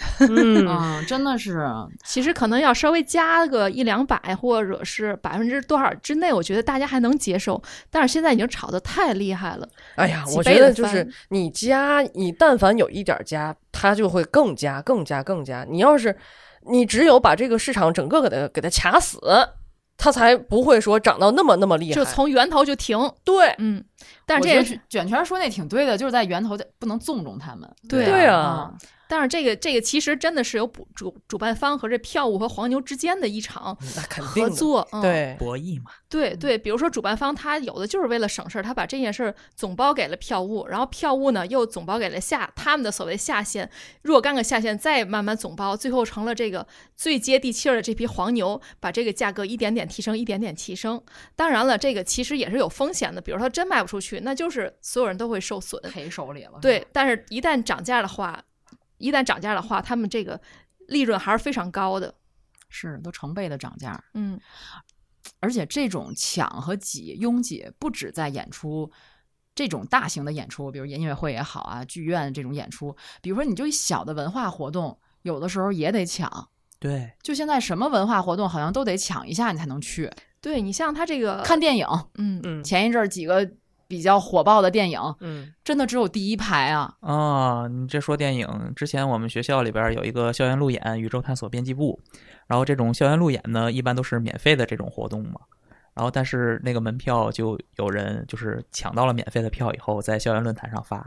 [SPEAKER 4] (laughs)
[SPEAKER 3] 嗯，
[SPEAKER 5] 嗯，真的是，
[SPEAKER 2] 其实可能要稍微加个一两百，或者是百分之多少之内，我觉得大家还能接受。但是现在已经炒得太厉害了，
[SPEAKER 3] 哎呀，
[SPEAKER 2] 几
[SPEAKER 3] 我
[SPEAKER 2] 倍
[SPEAKER 3] 觉得
[SPEAKER 2] 的
[SPEAKER 3] 就是
[SPEAKER 2] 翻
[SPEAKER 3] 你加，你但凡有一点加，它就会更加、更加、更加。你要是你只有把这个市场整个给它给它卡死，它才不会说涨到那么那么厉害。
[SPEAKER 2] 就从源头就停。
[SPEAKER 3] 对
[SPEAKER 2] 嗯，但是
[SPEAKER 5] 我
[SPEAKER 2] 这
[SPEAKER 5] 觉得
[SPEAKER 2] 也是
[SPEAKER 5] 卷卷圈说那挺对的，就是在源头在不能纵容他们。嗯
[SPEAKER 2] 对
[SPEAKER 3] 对
[SPEAKER 2] 啊。
[SPEAKER 3] 啊，
[SPEAKER 2] 但是这个这个其实真的是有主主主办方和这票务和黄牛之间的一场
[SPEAKER 3] 嗯那肯定
[SPEAKER 2] 合
[SPEAKER 3] 的。
[SPEAKER 2] 作。嗯、
[SPEAKER 3] 对，
[SPEAKER 4] 博弈嘛，
[SPEAKER 2] 对对，比如说主办方他有的就是为了省事儿，他把这件事儿总包给了票务，然后票务呢又总包给了下他们的所谓下线若干个下线，再慢慢总包，最后成了这个最接地气儿的这批黄牛，把这个价格一点点提升，一点点提升。当然了，这个其实也是有风险的，比如说真卖不出去，那就是所有人都会受损。
[SPEAKER 5] 赔手里了。
[SPEAKER 2] 对，，但是一旦涨价的话，一旦涨价的话，他们这个利润还是非常高的。
[SPEAKER 5] 是都成倍的涨价。
[SPEAKER 2] 嗯，
[SPEAKER 5] 而且这种抢和挤、拥挤，不止在演出这种大型的演出，比如音乐会也好啊，剧院这种演出，比如说你就一小的文化活动，有的时候也得抢。
[SPEAKER 4] 对，
[SPEAKER 5] 就现在什么文化活动好像都得抢一下你才能去
[SPEAKER 2] 对你像他这个
[SPEAKER 5] 看，电影。
[SPEAKER 2] 嗯
[SPEAKER 3] 嗯
[SPEAKER 5] 前一阵儿几个比较火爆的电影，
[SPEAKER 3] 嗯，
[SPEAKER 5] 真的只有第一排啊。
[SPEAKER 4] 啊，你这说电影，之前我们学校里边有一个校园路演宇宙探索编辑部，然后这种校园路演呢，一般都是免费的这种活动嘛。然后，但是那个门票就有人就是抢到了免费的票以后，在校园论坛上发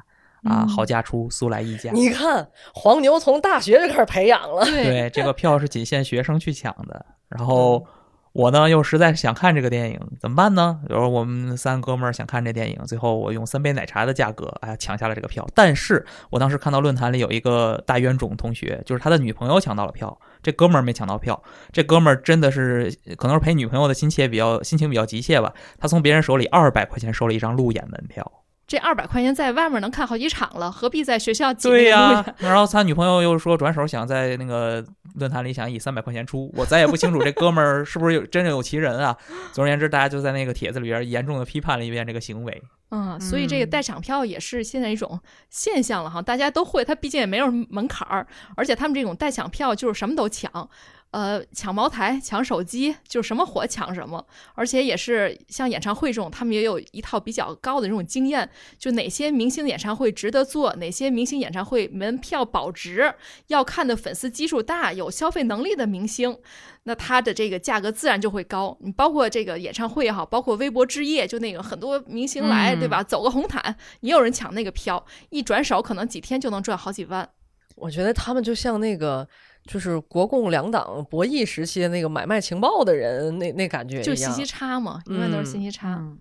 [SPEAKER 4] 啊，好价出，速来溢价。
[SPEAKER 3] 你看黄牛从大学就开始培养了。
[SPEAKER 2] 对，
[SPEAKER 4] 对，这个票是仅限学生去抢的。然后我呢又实在想看这个电影，怎么办呢？比如我们三哥们儿想看这电影，最后我用三杯奶茶的价格，哎呀，抢下了这个票。但是我当时看到论坛里有一个大冤种同学，就是他的女朋友抢到了票，这哥们儿没抢到票。这哥们儿真的是可能是陪女朋友的心切比较心情比较急切吧，他从别人手里二百块钱收了一张路演门票。
[SPEAKER 2] 这二百块钱在外面能看好几场了，何必在学校挤
[SPEAKER 4] 对
[SPEAKER 2] 呀、
[SPEAKER 4] 呀、
[SPEAKER 3] (laughs)
[SPEAKER 4] 然后他女朋友又说，转手想在那个论坛里想以三百块钱出，我咱也不清楚这哥们儿是不是有真正有其人啊。总而言之，大家就在那个帖子里边严重的批判了一遍这个行为。
[SPEAKER 2] 嗯，所以这个
[SPEAKER 5] 嗯
[SPEAKER 2] 带场票也是现在一种现象了哈，大家都会，它毕竟也没有门槛儿，而且他们这种带抢票就是什么都抢，呃，抢茅台、抢手机，就是什么火抢什么，而且也是像演唱会这种，他们也有一套比较高的这种经验，就哪些明星演唱会值得做，哪些明星演唱会门票保值，要看的粉丝基数大、有消费能力的明星，那它的这个价格自然就会高。你包括这个演唱会也好，包括微博之夜，就那个很多明星来，
[SPEAKER 5] 嗯
[SPEAKER 2] 对吧？走个红毯，也有人抢那个票，一转手可能几天就能赚好几万。
[SPEAKER 3] (laughs) 我觉得他们就像那个，就是国共两党博弈时期的那个买卖情报的人，那那感觉
[SPEAKER 2] 就
[SPEAKER 3] 一
[SPEAKER 2] 信
[SPEAKER 3] 样
[SPEAKER 2] 息差嘛，永远都是信息差。
[SPEAKER 5] 嗯，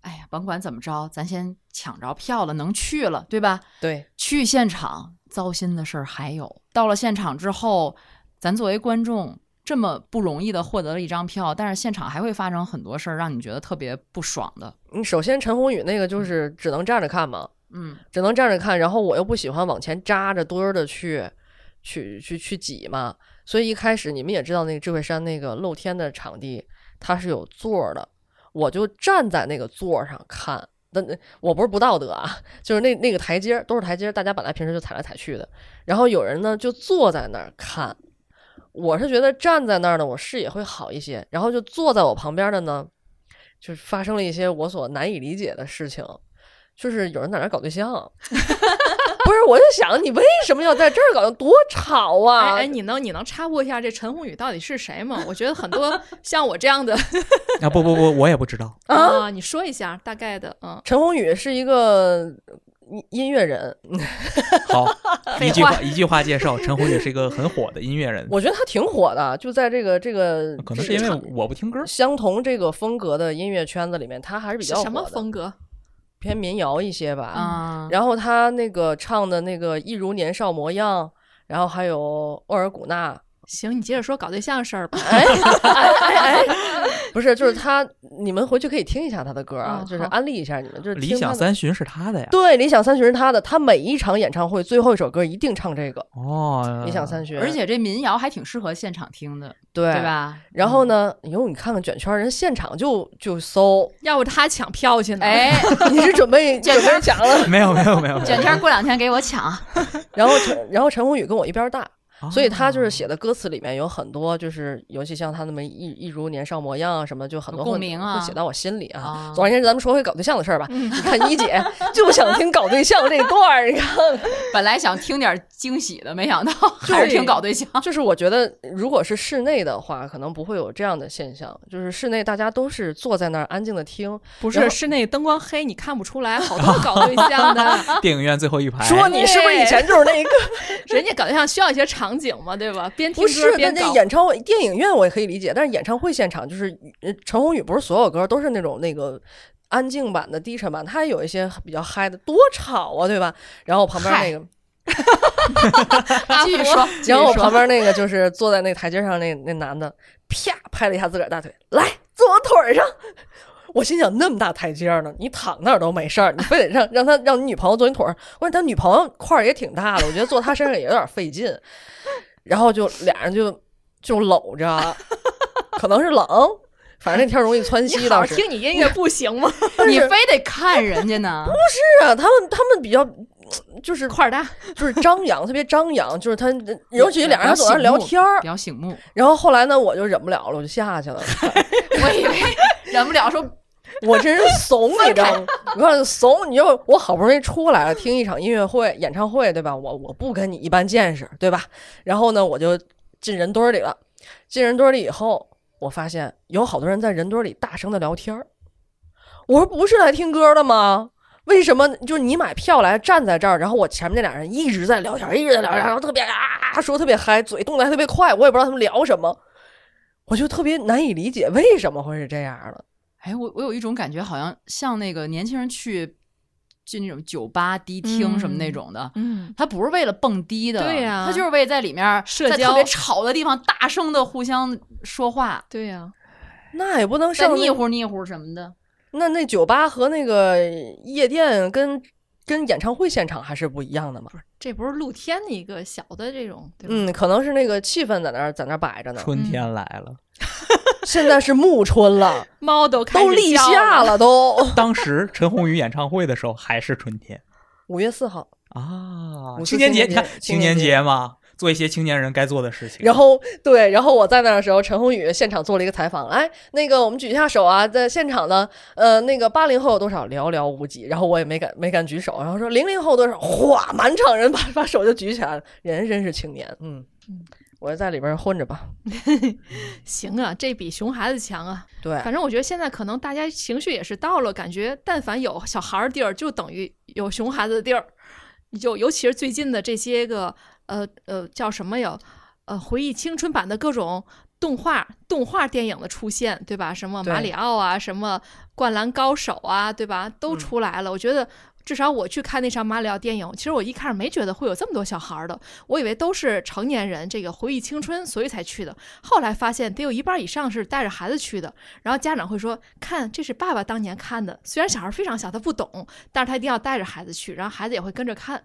[SPEAKER 5] 哎呀，甭管怎么着，咱先抢着票了，能去了，对吧？
[SPEAKER 3] 对，
[SPEAKER 5] 去现场糟心的事儿还有，到了现场之后，咱作为观众这么不容易的获得了一张票，但是现场还会发生很多事儿，让你觉得特别不爽的。
[SPEAKER 3] 嗯首先陈宏宇那个就是只能站着看嘛，
[SPEAKER 5] 嗯
[SPEAKER 3] 只能站着看，然后我又不喜欢往前扎着堆儿的去，去去去挤嘛，所以一开始你们也知道那个智慧山那个露天的场地它是有座儿的，我就站在那个座儿上看。但我不是不道德啊， (laughs) 就是那那个台阶儿都是台阶儿，大家本来平时就踩来踩去的，然后有人呢就坐在那儿看。我是觉得站在那儿呢，我视野会好一些，然后就坐在我旁边的呢，就是发生了一些我所难以理解的事情，就是有人在那儿搞对象， (laughs) 不是，我就想你为什么要在这儿搞，多吵啊！
[SPEAKER 2] 哎哎，你能你能插播一下这陈宏宇到底是谁吗？我觉得很多 (laughs) 像我这样的
[SPEAKER 4] 啊，不不不，我也不知道。
[SPEAKER 2] 啊、你说一下大概的，嗯，
[SPEAKER 3] 陈宏宇是一个音音乐人，
[SPEAKER 4] (laughs) 好，
[SPEAKER 3] (laughs)
[SPEAKER 4] 一句
[SPEAKER 2] 废话
[SPEAKER 4] 话一句话介绍，陈红也是一个很火的音乐人，
[SPEAKER 3] 我觉得他挺火的，就在这个这个
[SPEAKER 4] 可能是因
[SPEAKER 3] 就
[SPEAKER 4] 为
[SPEAKER 3] 唱
[SPEAKER 4] 我不听歌。
[SPEAKER 3] 相同这个风格的音乐圈子里面，他还是比
[SPEAKER 2] 是
[SPEAKER 3] 较火
[SPEAKER 2] 什
[SPEAKER 3] 的
[SPEAKER 2] 么风格？
[SPEAKER 3] 偏民谣一些吧。
[SPEAKER 5] 啊，
[SPEAKER 3] 然后他那个唱的那个《一如年少模样》，然后还有《额尔古纳》，
[SPEAKER 2] 行，你接着说搞对象事儿
[SPEAKER 3] (laughs)
[SPEAKER 2] 吧。
[SPEAKER 3] 哎
[SPEAKER 2] (laughs)
[SPEAKER 3] 哎哎哎，不是，就是他，你们回去可以听一下他的歌啊，
[SPEAKER 2] 哦
[SPEAKER 3] 就是
[SPEAKER 2] 好
[SPEAKER 3] 安利一下你们，就是
[SPEAKER 4] 理
[SPEAKER 3] 听
[SPEAKER 4] 想
[SPEAKER 3] 他的
[SPEAKER 4] 三旬是他的呀。
[SPEAKER 3] 对，理想三旬是他的，他每一场演唱会最后一首歌一定唱这个
[SPEAKER 4] 哦
[SPEAKER 3] 《理想三旬》，
[SPEAKER 5] 而且这民谣还挺适合现场听的，
[SPEAKER 3] 对
[SPEAKER 5] 对？吧？
[SPEAKER 3] 然后呢，哟，你看看卷圈儿人现场就就搜， (laughs)
[SPEAKER 2] 要不他抢票去呢？
[SPEAKER 5] 哎，
[SPEAKER 3] 你是准备准备讲了？
[SPEAKER 4] 没有没有没有，
[SPEAKER 5] 卷圈儿过两天给我抢，
[SPEAKER 3] 然后陈然后陈宏宇跟我一边儿大，
[SPEAKER 4] 哦
[SPEAKER 3] 所以他就是写的歌词里面有很多，就是尤其像他那么一一如年少模样啊什么，就很多会
[SPEAKER 5] 共鸣啊
[SPEAKER 3] 会写到我心里啊
[SPEAKER 5] 啊。
[SPEAKER 3] 总而言之，咱们说回搞对象的事儿吧。
[SPEAKER 2] 嗯
[SPEAKER 3] 你看一姐就想听搞对象这段儿，你看，
[SPEAKER 5] 本来想听点惊喜的，没想到还是
[SPEAKER 2] 对
[SPEAKER 5] 挺搞对象。
[SPEAKER 3] 就是我觉得如果是室内的话，可能不会有这样的现象，就是室内大家都是坐在那儿安静的听，
[SPEAKER 2] 不
[SPEAKER 3] 然
[SPEAKER 2] 是，
[SPEAKER 3] 后
[SPEAKER 2] 室内灯光黑，你看不出来，好多搞对象的，
[SPEAKER 3] (laughs)
[SPEAKER 4] 电影院最后一排。
[SPEAKER 3] 说你是不是以前就是那个？
[SPEAKER 2] 人家搞对象需要一些场景嘛，对吧？边听
[SPEAKER 3] 不是
[SPEAKER 2] 歌，
[SPEAKER 3] 那
[SPEAKER 2] 边
[SPEAKER 3] 那
[SPEAKER 2] 搞。
[SPEAKER 3] 演唱会、电影院我也可以理解，但是演唱会现场就是呃陈鸿宇不是所有歌都是那种那个安静版的、低沉版，他也有一些比较嗨的，多吵啊，对吧？然后旁边那个，
[SPEAKER 5] 继 (laughs) 续说，继续
[SPEAKER 3] 然后我旁
[SPEAKER 5] 说。
[SPEAKER 3] 边那个就是坐在那台阶上那那男的，啪拍了一下自个儿大腿，来坐我腿儿上。我心想，那么大台阶儿呢，你躺那儿都没事儿，你非得让让他让你女朋友坐你腿儿上。我说他女朋友块儿也挺大的，我觉得坐他身上也有点费劲。然后就俩人就就搂着，可能是冷，反正那天容易窜
[SPEAKER 2] 你
[SPEAKER 3] 稀
[SPEAKER 2] 好
[SPEAKER 3] 倒
[SPEAKER 2] 好
[SPEAKER 3] 是。
[SPEAKER 2] 听你音乐不行
[SPEAKER 3] (laughs)
[SPEAKER 2] 吗？
[SPEAKER 3] 但
[SPEAKER 5] 你
[SPEAKER 3] 是
[SPEAKER 5] 非得看人家呢，
[SPEAKER 3] 是啊，他们他们比较就是
[SPEAKER 2] 块儿大，
[SPEAKER 3] 就是张扬，特别张扬，就
[SPEAKER 2] (laughs)
[SPEAKER 3] 是他，尤其俩人还
[SPEAKER 5] 比较
[SPEAKER 3] 坐那儿
[SPEAKER 5] 醒
[SPEAKER 3] 聊
[SPEAKER 5] 目
[SPEAKER 3] 天儿
[SPEAKER 5] 比。较醒目。
[SPEAKER 3] 然后后来呢，我就忍不了了，我就下去了。
[SPEAKER 5] 我以为忍不了说，
[SPEAKER 3] (laughs) 我这人怂，你知道吗？我告诉你怂，你就我好不容易出来了，听一场音乐会、演唱会，对吧？我我不跟你一般见识，对吧？然后呢，我就进人堆儿里了。进人堆儿里以后，我发现有好多人在人堆儿里大声的聊天儿。我说不是来听歌的吗？为什么就是你买票来站在这儿，然后我前面那俩人一直在聊天，一直在聊天，然后特别啊说得特别嗨，嘴动得还特别快，我也不知道他们聊什么，我就特别难以理解为什么会是这样的。
[SPEAKER 5] 哎，我我有一种感觉，好像像那个年轻人去就那种酒吧、迪厅什么那种的，
[SPEAKER 2] 嗯，
[SPEAKER 5] 他不是为了蹦迪的，
[SPEAKER 2] 对呀
[SPEAKER 5] 他就是为在里面
[SPEAKER 2] 社
[SPEAKER 5] 在
[SPEAKER 2] 交
[SPEAKER 5] 特别吵的地方大声的互相说话，
[SPEAKER 2] 对呀、
[SPEAKER 3] 那也不能
[SPEAKER 5] 再
[SPEAKER 3] 上那
[SPEAKER 5] 腻乎腻乎什么的。
[SPEAKER 3] 那那酒吧和那个夜店跟跟演唱会现场还是不一样的嘛？
[SPEAKER 2] 这不是露天的一个小的这种，对吧？
[SPEAKER 3] 嗯，可能是那个气氛在那儿在那儿摆着呢。
[SPEAKER 4] 春天来了，
[SPEAKER 3] 现在是暮春了，
[SPEAKER 2] 猫都开
[SPEAKER 3] 都
[SPEAKER 2] 始
[SPEAKER 3] 立
[SPEAKER 2] 叫
[SPEAKER 3] 夏
[SPEAKER 2] 了，
[SPEAKER 3] 了都。
[SPEAKER 4] 当时陈鸿宇演唱会的时候还是春天
[SPEAKER 3] 五月四号，
[SPEAKER 4] 啊
[SPEAKER 3] 我，是
[SPEAKER 4] 青年
[SPEAKER 3] 青年节
[SPEAKER 4] 节，你看
[SPEAKER 3] 青
[SPEAKER 4] 青
[SPEAKER 3] 年
[SPEAKER 4] 年
[SPEAKER 3] 节
[SPEAKER 4] 节嘛，做一些青年人该做的事情。
[SPEAKER 3] 然后对，然后我在那儿的时候，陈鸿宇现场做了一个采访，哎，那个我们举一下手啊，在现场呢，呃，那个八零后有多少寥寥无几，然后我也没敢没敢举手，然后说零零后多少，哗，满场人把把手就举起来了，人真是青年，嗯
[SPEAKER 2] 嗯，
[SPEAKER 3] 我就在里边混着吧，
[SPEAKER 2] 行啊，这比熊孩子强啊！
[SPEAKER 3] 对，
[SPEAKER 2] 反正我觉得现在可能大家情绪也是到了，感觉但凡有小孩儿地儿，就等于有熊孩子的地儿。就尤其是最近的这些个呃呃叫什么呀？呃，回忆青春版的各种动画动画电影的出现，对吧？什么马
[SPEAKER 3] 对
[SPEAKER 2] 里奥啊，什么灌篮高手啊，对吧？都
[SPEAKER 3] 嗯
[SPEAKER 2] 出来了。我觉得至少我去看那场马里奥电影，其实我一开始没觉得会有这么多小孩儿的，我以为都是成年人，这个回忆青春，所以才去的。后来发现得有一半以上是带着孩子去的，然后家长会说：“看，这是爸爸当年看的，虽然小孩非常小，他不懂，但是他一定要带着孩子去，然后孩子也会跟着看。”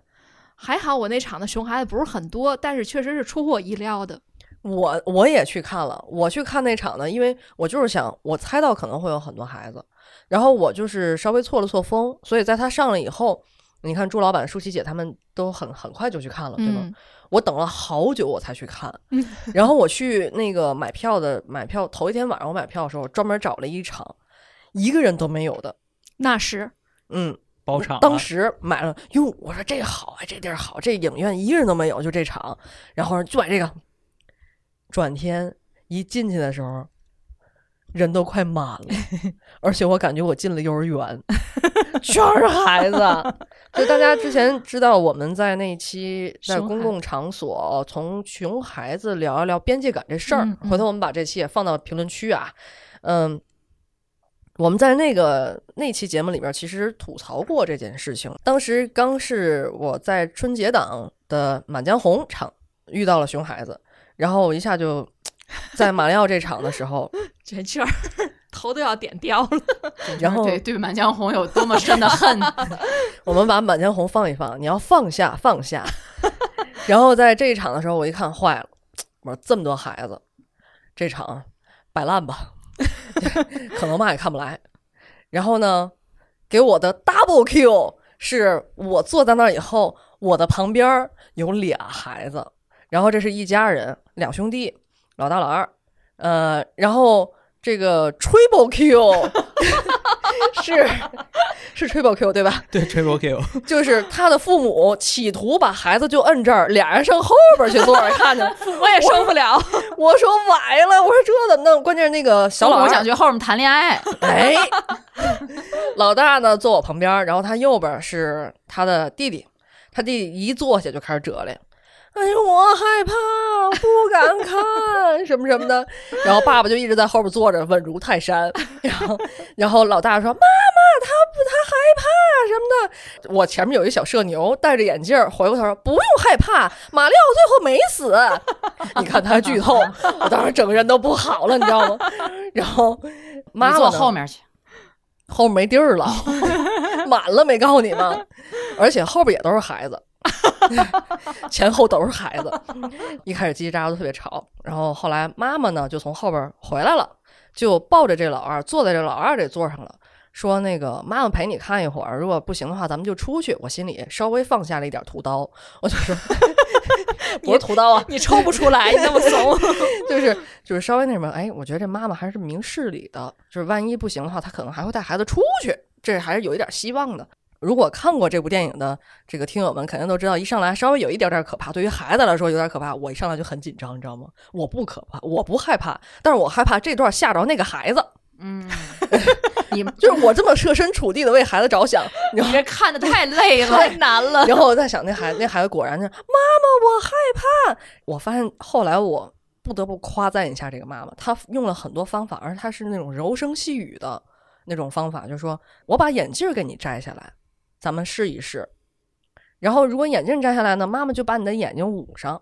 [SPEAKER 2] 还好我那场的熊孩子不是很多，但是确实是出乎我意料的。
[SPEAKER 3] 我我也去看了，我去看那场呢，因为我就是想，我猜到可能会有很多孩子，然后我就是稍微错了错峰，所以在他上了以后，你看朱老板、舒淇姐他们都很很快就去看了，对吗？
[SPEAKER 2] 嗯
[SPEAKER 3] 我等了好久我才去看
[SPEAKER 2] 嗯，
[SPEAKER 3] (laughs) 然后我去那个买票的买票头一天晚上我买票的时候，专门找了一场一个人都没有的，
[SPEAKER 2] 那时
[SPEAKER 3] 嗯，
[SPEAKER 4] 包场了，啊
[SPEAKER 3] 当时买了，哟，我说这个好啊，这地儿好，这影院一个人都没有，就这场，然后就买这个。转天一进去的时候，人都快满了，而且我感觉我进了幼儿园，全是孩子。就大家之前知道，我们在那期在
[SPEAKER 2] 熊
[SPEAKER 3] 公
[SPEAKER 2] 孩
[SPEAKER 3] 共场所从熊孩子聊一聊边界感这事儿
[SPEAKER 2] 嗯，嗯
[SPEAKER 3] 回头我们把这期也放到评论区啊，嗯。我们在那个那期节目里边，其实吐槽过这件事情。当时刚是我在春节档的《满江红》场遇到了熊孩子，然后我一下就在马里奥这场的
[SPEAKER 2] (laughs)
[SPEAKER 3] 时候，
[SPEAKER 2] 这气儿头都要点掉了。
[SPEAKER 3] 然后
[SPEAKER 5] 对对《满江红》有多么深的恨，
[SPEAKER 3] 我们把《满江红》放一放，你要放下放下。 (laughs) 然后在这一场的时候，我一看坏了，我说这么多孩子，这场摆烂吧， (laughs) 可能嘛也看不来。然后呢，给我的 double Q 是我坐在那儿以后，我的旁边儿有俩孩子，然后这是一家人，两兄弟，老大老二，呃，然后这个 triple Q (laughs) 是是 triple Q 对吧？
[SPEAKER 4] 对 Triple Q，
[SPEAKER 3] (laughs) 就是他的父母企图把孩子就摁这儿，俩人上后边去坐着看
[SPEAKER 2] (laughs)
[SPEAKER 3] 去。
[SPEAKER 2] 我也受不了，
[SPEAKER 3] 我说崴了，我说这怎么弄？关键是那个 (laughs) 小老
[SPEAKER 5] 我
[SPEAKER 3] 二
[SPEAKER 5] 想去后面谈恋爱，
[SPEAKER 3] 哎，老大呢坐我旁边儿，然后他右边是他的弟弟，他弟弟一坐下就开始折嘞。哎呦，我害怕，不敢看，什么什么的。然后爸爸就一直在后边坐着，稳如泰山。然后，然后老大说：“妈妈，他不，他害怕什么的。”我前面有一小社牛，戴着眼镜儿，回过头说：“不用害怕，马里奥最后没死。” (laughs) 你看他剧透，我当时整个人都不好了，你知道吗？然后妈妈
[SPEAKER 5] 你坐
[SPEAKER 3] 呢
[SPEAKER 5] 后面去。
[SPEAKER 3] 后面没地儿了，满了没告诉你吗？而且后边也都是孩子，前后都是孩子。一开始叽叽喳喳都特别吵，然后后来妈妈呢就从后边回来了，就抱着这老二坐在这老二这座上了，说那个妈妈陪你看一会儿，如果不行的话咱们就出去。我心里稍微放下了一点屠刀，我就说不是屠刀啊，
[SPEAKER 2] (laughs) 你抽不出来，你那么怂。 (laughs)
[SPEAKER 3] 就是就是稍微那什么，哎，我觉得这妈妈还是明事理的，就是万一不行的话，她可能还会带孩子出去，这还是有一点希望的。如果看过这部电影的这个听友们，肯定都知道，一上来稍微有一点点可怕，对于孩子来说有点可怕。我一上来就很紧张，你知道吗？我不可怕，我不害怕，但是我害怕这段吓着那个孩子，
[SPEAKER 2] (laughs)
[SPEAKER 5] 嗯，你
[SPEAKER 3] 就是我这么设身处地的为孩子着想，你知道
[SPEAKER 5] 你
[SPEAKER 3] 吗？
[SPEAKER 5] 这看的太累了，
[SPEAKER 3] 太
[SPEAKER 5] 难了。
[SPEAKER 3] 然后我在想，那孩那孩子果然就妈妈，我害怕。我发现后来我不得不夸赞一下这个妈妈，她用了很多方法，而她是那种柔声细语的那种方法，就说我把眼镜儿给你摘下来，咱们试一试。然后如果眼镜摘下来呢，妈妈就把你的眼睛捂上。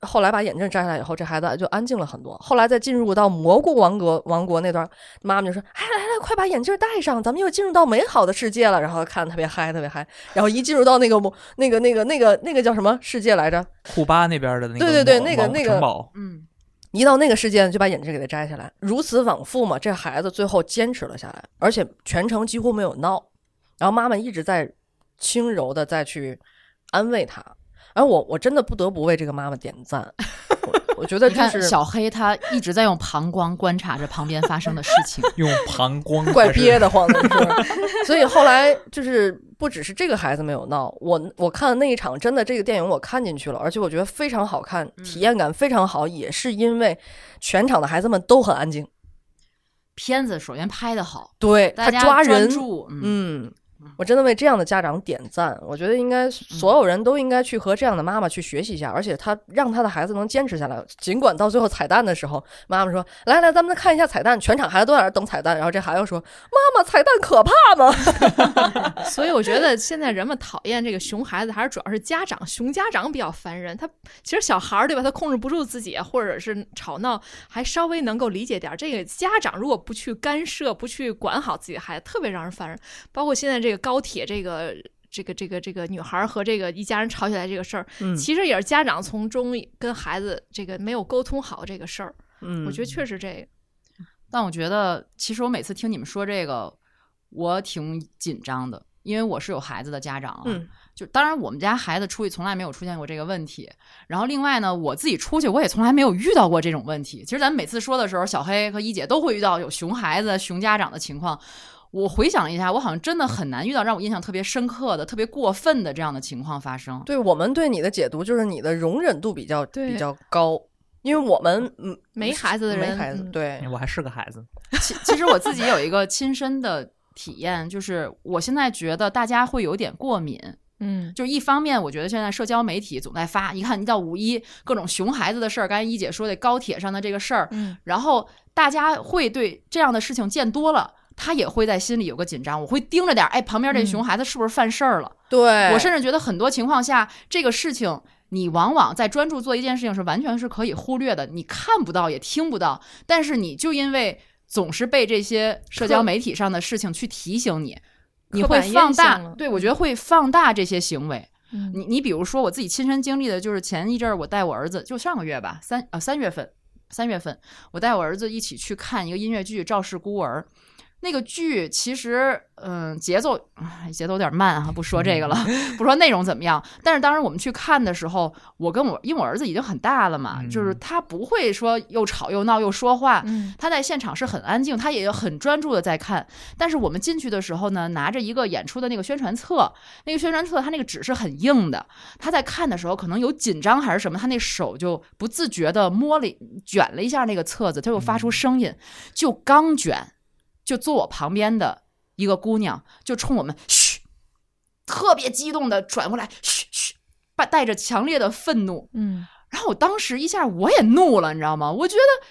[SPEAKER 3] 后来把眼镜摘下来以后，这孩子就安静了很多。后来再进入到蘑菇王国王国那段，妈妈就说：“哎，来来，快把眼镜戴上，咱们又进入到美好的世界了。”然后看特别嗨，特别嗨。然后一进入到那个蘑那个那个那个那个叫什么世界来着？
[SPEAKER 4] 库巴那边的那个
[SPEAKER 3] 对对对
[SPEAKER 4] 王
[SPEAKER 3] 那个
[SPEAKER 4] 王
[SPEAKER 3] 那个
[SPEAKER 4] 城堡
[SPEAKER 5] 嗯，
[SPEAKER 3] 一到那个世界呢，就把眼镜给他摘下来，如此往复嘛。这孩子最后坚持了下来，而且全程几乎没有闹，然后妈妈一直在轻柔的再去安慰他。而我我真的不得不为这个妈妈点赞，我我觉得
[SPEAKER 5] 你
[SPEAKER 3] 就
[SPEAKER 5] 看
[SPEAKER 3] 是
[SPEAKER 5] 小黑他一直在用膀胱观察着旁边发生的事情。 (laughs)
[SPEAKER 4] 用膀 (laughs) 胱
[SPEAKER 3] (laughs) 怪
[SPEAKER 4] 还是
[SPEAKER 3] 憋得慌的，是。所以后来就是不只是这个孩子没有闹，我我看的那一场真的这个电影我看进去了，而且我觉得非常好看，体验感非常好，也是因为全场的孩子们都很安静，
[SPEAKER 5] 片子首先拍的好，
[SPEAKER 3] 对
[SPEAKER 5] 大
[SPEAKER 3] 他
[SPEAKER 5] 家
[SPEAKER 3] 抓
[SPEAKER 5] 专
[SPEAKER 3] 人，
[SPEAKER 5] 注，嗯，
[SPEAKER 3] 嗯。我真的为这样的家长点赞，我觉得应该所有人都应该去和这样的妈妈去学习一下，而且她让她的孩子能坚持下来，尽管到最后彩蛋的时候，妈妈说：“来来，咱们看一下彩蛋。”全场孩子都在那儿等彩蛋，然后这孩子说：“妈妈，彩蛋可怕吗？”
[SPEAKER 2] 所以我觉得现在人们讨厌这个熊孩子，还是主要是家长，熊家长比较烦人。他其实小孩儿对吧，他控制不住自己，或者是吵闹，还稍微能够理解点儿。这个家长如果不去干涉、不去管好自己的孩子，特别让人烦人。包括现在这个高铁这个。这个这个这个女孩儿和这个一家人吵起来这个事儿，
[SPEAKER 3] 嗯
[SPEAKER 2] 其实也是家长从中跟孩子这个没有沟通好这个事儿，
[SPEAKER 3] 嗯
[SPEAKER 2] 我觉得确实这
[SPEAKER 5] 但我觉得其实我每次听你们说这个，我挺紧张的，因为我是有孩子的家长啊。
[SPEAKER 3] 嗯
[SPEAKER 5] 就当然我们家孩子出去从来没有出现过这个问题，然后另外呢，我自己出去我也从来没有遇到过这种问题。其实咱们每次说的时候，小黑和一姐都会遇到有熊孩子、熊家长的情况。我回想一下，我好像真的很难遇到让我印象特别深刻的、特别过分的这样的情况发生。
[SPEAKER 3] 对我们对你的解读就是你的容忍度比较
[SPEAKER 2] 对
[SPEAKER 3] 比较高，因为我们嗯
[SPEAKER 2] 没孩子的人
[SPEAKER 3] 没孩子
[SPEAKER 2] 嗯
[SPEAKER 3] 对
[SPEAKER 4] 哎，我还是个孩子，
[SPEAKER 5] 其其实我自己有一个亲身的体验，就是我现在觉得大家会有点过敏，
[SPEAKER 2] 嗯，
[SPEAKER 5] 就是一方面，我觉得现在社交媒体总在发，一看一到五一各种熊孩子的事儿，刚才一姐说的高铁上的这个事儿，
[SPEAKER 2] 嗯，
[SPEAKER 5] 然后大家会对这样的事情见多了。他也会在心里有个紧张，我会盯着点儿，哎，旁边这熊孩子是不是犯事儿了？
[SPEAKER 3] 对，
[SPEAKER 5] 我甚至觉得很多情况下，这个事情你往往在专注做一件事情是完全是可以忽略的，你看不到也听不到，但是你就因为总是被这些社交
[SPEAKER 2] 刻
[SPEAKER 5] 媒体上的事情去提醒你，你
[SPEAKER 2] 刻
[SPEAKER 5] 会
[SPEAKER 2] 板印
[SPEAKER 5] 放大
[SPEAKER 2] 象了，
[SPEAKER 5] 对我觉得会放大这些行为。
[SPEAKER 2] 嗯
[SPEAKER 5] 你你比如说我自己亲身经历的，就是前一阵儿我带我儿子，就上个月吧，三呃三月份，三月份我带我儿子一起去看一个音乐剧《赵氏孤儿》。那个剧其实，嗯，节奏哎节奏有点慢啊，不说这个了，不说内容怎么样。但是当时我们去看的时候，我跟我因为我儿子已经很大了嘛，就是
[SPEAKER 4] 嗯
[SPEAKER 5] 他不会说又吵又闹又说话，
[SPEAKER 2] 嗯
[SPEAKER 5] 他在现场是很安静，他也很专注的在看。但是我们进去的时候呢，拿着一个演出的那个宣传册，那个宣传册它那个纸是很硬的，他在看的时候可能有紧张还是什么，他那手就不自觉的摸了一卷了一下那个册子，他就发出声音，就刚卷，就坐我旁边的一个姑娘就冲我们嘘，特别激动的转过来嘘嘘，带带着强烈的愤怒，
[SPEAKER 2] 嗯，
[SPEAKER 5] 然后我当时一下我也怒了，你知道吗？我觉得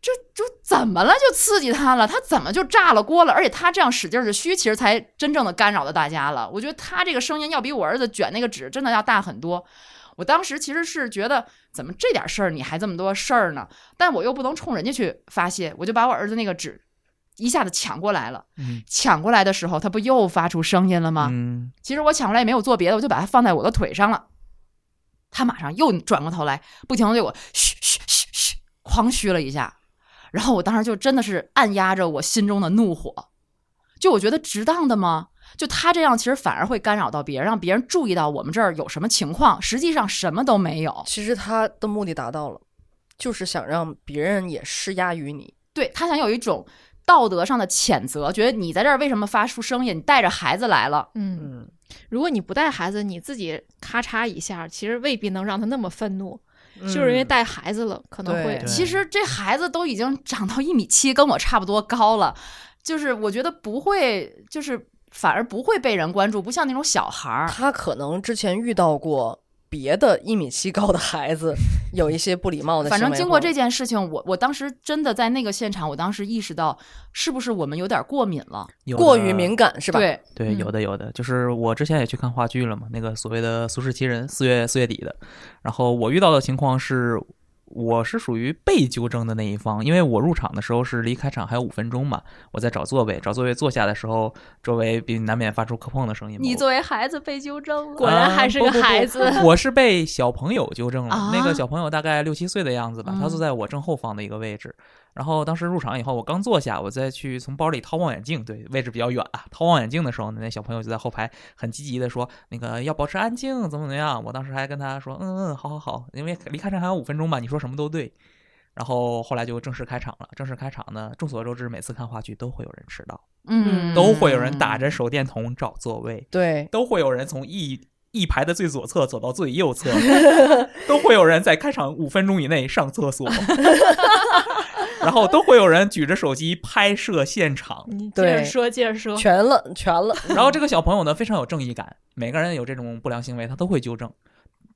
[SPEAKER 5] 这就怎么了，就刺激他了，他怎么就炸了锅了？而且他这样使劲儿的嘘，其实才真正的干扰到大家了。我觉得他这个声音要比我儿子卷那个纸真的要大很多。我当时其实是觉得，怎么这点事儿你还这么多事儿呢？但我又不能冲人家去发泄，我就把我儿子那个纸一下子抢过来了。
[SPEAKER 4] 嗯
[SPEAKER 5] 抢过来的时候，他不又发出声音了
[SPEAKER 3] 啊
[SPEAKER 5] 吗？
[SPEAKER 4] 嗯，
[SPEAKER 5] 其实我抢过来也没有做别的，我就把它放在我的腿上了。他马上又转过头来，不停的对我嘘嘘嘘嘘狂嘘了一下，然后我当时就真的是按压着我心中的怒火，就我觉得值当的吗？就他这样，其实反而会干扰到别人，让别人注意到我们这儿有什么情况，实际上什么都没有。
[SPEAKER 3] 其实他的目的达到了，就是想让别人也施压于你，
[SPEAKER 5] 对他想有一种道德上的谴责，觉得你在这儿为什么发出声音？你带着孩子来了，
[SPEAKER 2] 嗯
[SPEAKER 3] 嗯，
[SPEAKER 2] 如果你不带孩子，你自己咔嚓一下，其实未必能让他那么愤怒，
[SPEAKER 3] 嗯
[SPEAKER 4] 嗯
[SPEAKER 2] 就是因为带孩子了，可能会
[SPEAKER 3] 对嗯
[SPEAKER 5] 其实这孩子都已经长到一米七，跟我差不多高了，就是我觉得不会，
[SPEAKER 3] 嗯
[SPEAKER 5] 就是反而不会被人关注，不像那种小孩儿。
[SPEAKER 3] 他可能之前遇到过别的一米七高的孩子有一些不礼貌的行
[SPEAKER 5] 反
[SPEAKER 3] 为后。
[SPEAKER 5] 正经过这件事情，我我当时真的在那个现场，我当时意识到，是不是我们有点过敏了？
[SPEAKER 4] 有
[SPEAKER 3] 过
[SPEAKER 4] 的
[SPEAKER 3] 于敏感是吧？，
[SPEAKER 5] 对，
[SPEAKER 4] 对，
[SPEAKER 5] 嗯
[SPEAKER 4] 有的有的，就是我之前也去看话剧了嘛，那个所谓的《俗世奇人》，四月四月底的。然后我遇到的情况是，我是属于被纠正的那一方，因为我入场的时候是离开场还有五分钟嘛，我在找座位，找座位坐下的时候，周围比难免发出磕碰的声音嘛。
[SPEAKER 2] 你
[SPEAKER 4] 我
[SPEAKER 2] 作为孩子被纠正了，果然
[SPEAKER 4] 啊
[SPEAKER 2] 还是
[SPEAKER 4] 不
[SPEAKER 2] 个
[SPEAKER 4] 不不
[SPEAKER 2] 孩子。
[SPEAKER 4] 我是被小朋友纠正了，
[SPEAKER 5] 啊
[SPEAKER 4] 那个小朋友大概六七岁的样子吧，他
[SPEAKER 5] 嗯
[SPEAKER 4] 坐在我正后方的一个位置。然后当时入场以后，我刚坐下，我再去从包里掏望远镜，对，位置比较远啊。掏望远镜的时候呢，那小朋友就在后排很积极的说：“那个要保持安静，怎么怎么样。”我当时还跟他说：“嗯嗯，好好好，因为离开场还有五分钟吧，你说什么都对。”然后后来就正式开场了。正式开场呢，众所周知，每次看话剧都会有人迟到，
[SPEAKER 5] 嗯，
[SPEAKER 4] 都会有人打着手电筒找座位。
[SPEAKER 3] 对，
[SPEAKER 4] 都会有人从一一排的最左侧走到最
[SPEAKER 2] (laughs)
[SPEAKER 4] 右侧，都会有人在开场五分钟以内上
[SPEAKER 2] (laughs)
[SPEAKER 4] 厕所， (laughs) 然后都会有人举着手机拍摄现场。
[SPEAKER 2] (laughs) 你接着
[SPEAKER 3] 对
[SPEAKER 2] 说，接着说。
[SPEAKER 3] 全了，全了。
[SPEAKER 4] 然后这个小朋友呢非常有正义感，每个人有这种不良行为他都会纠正。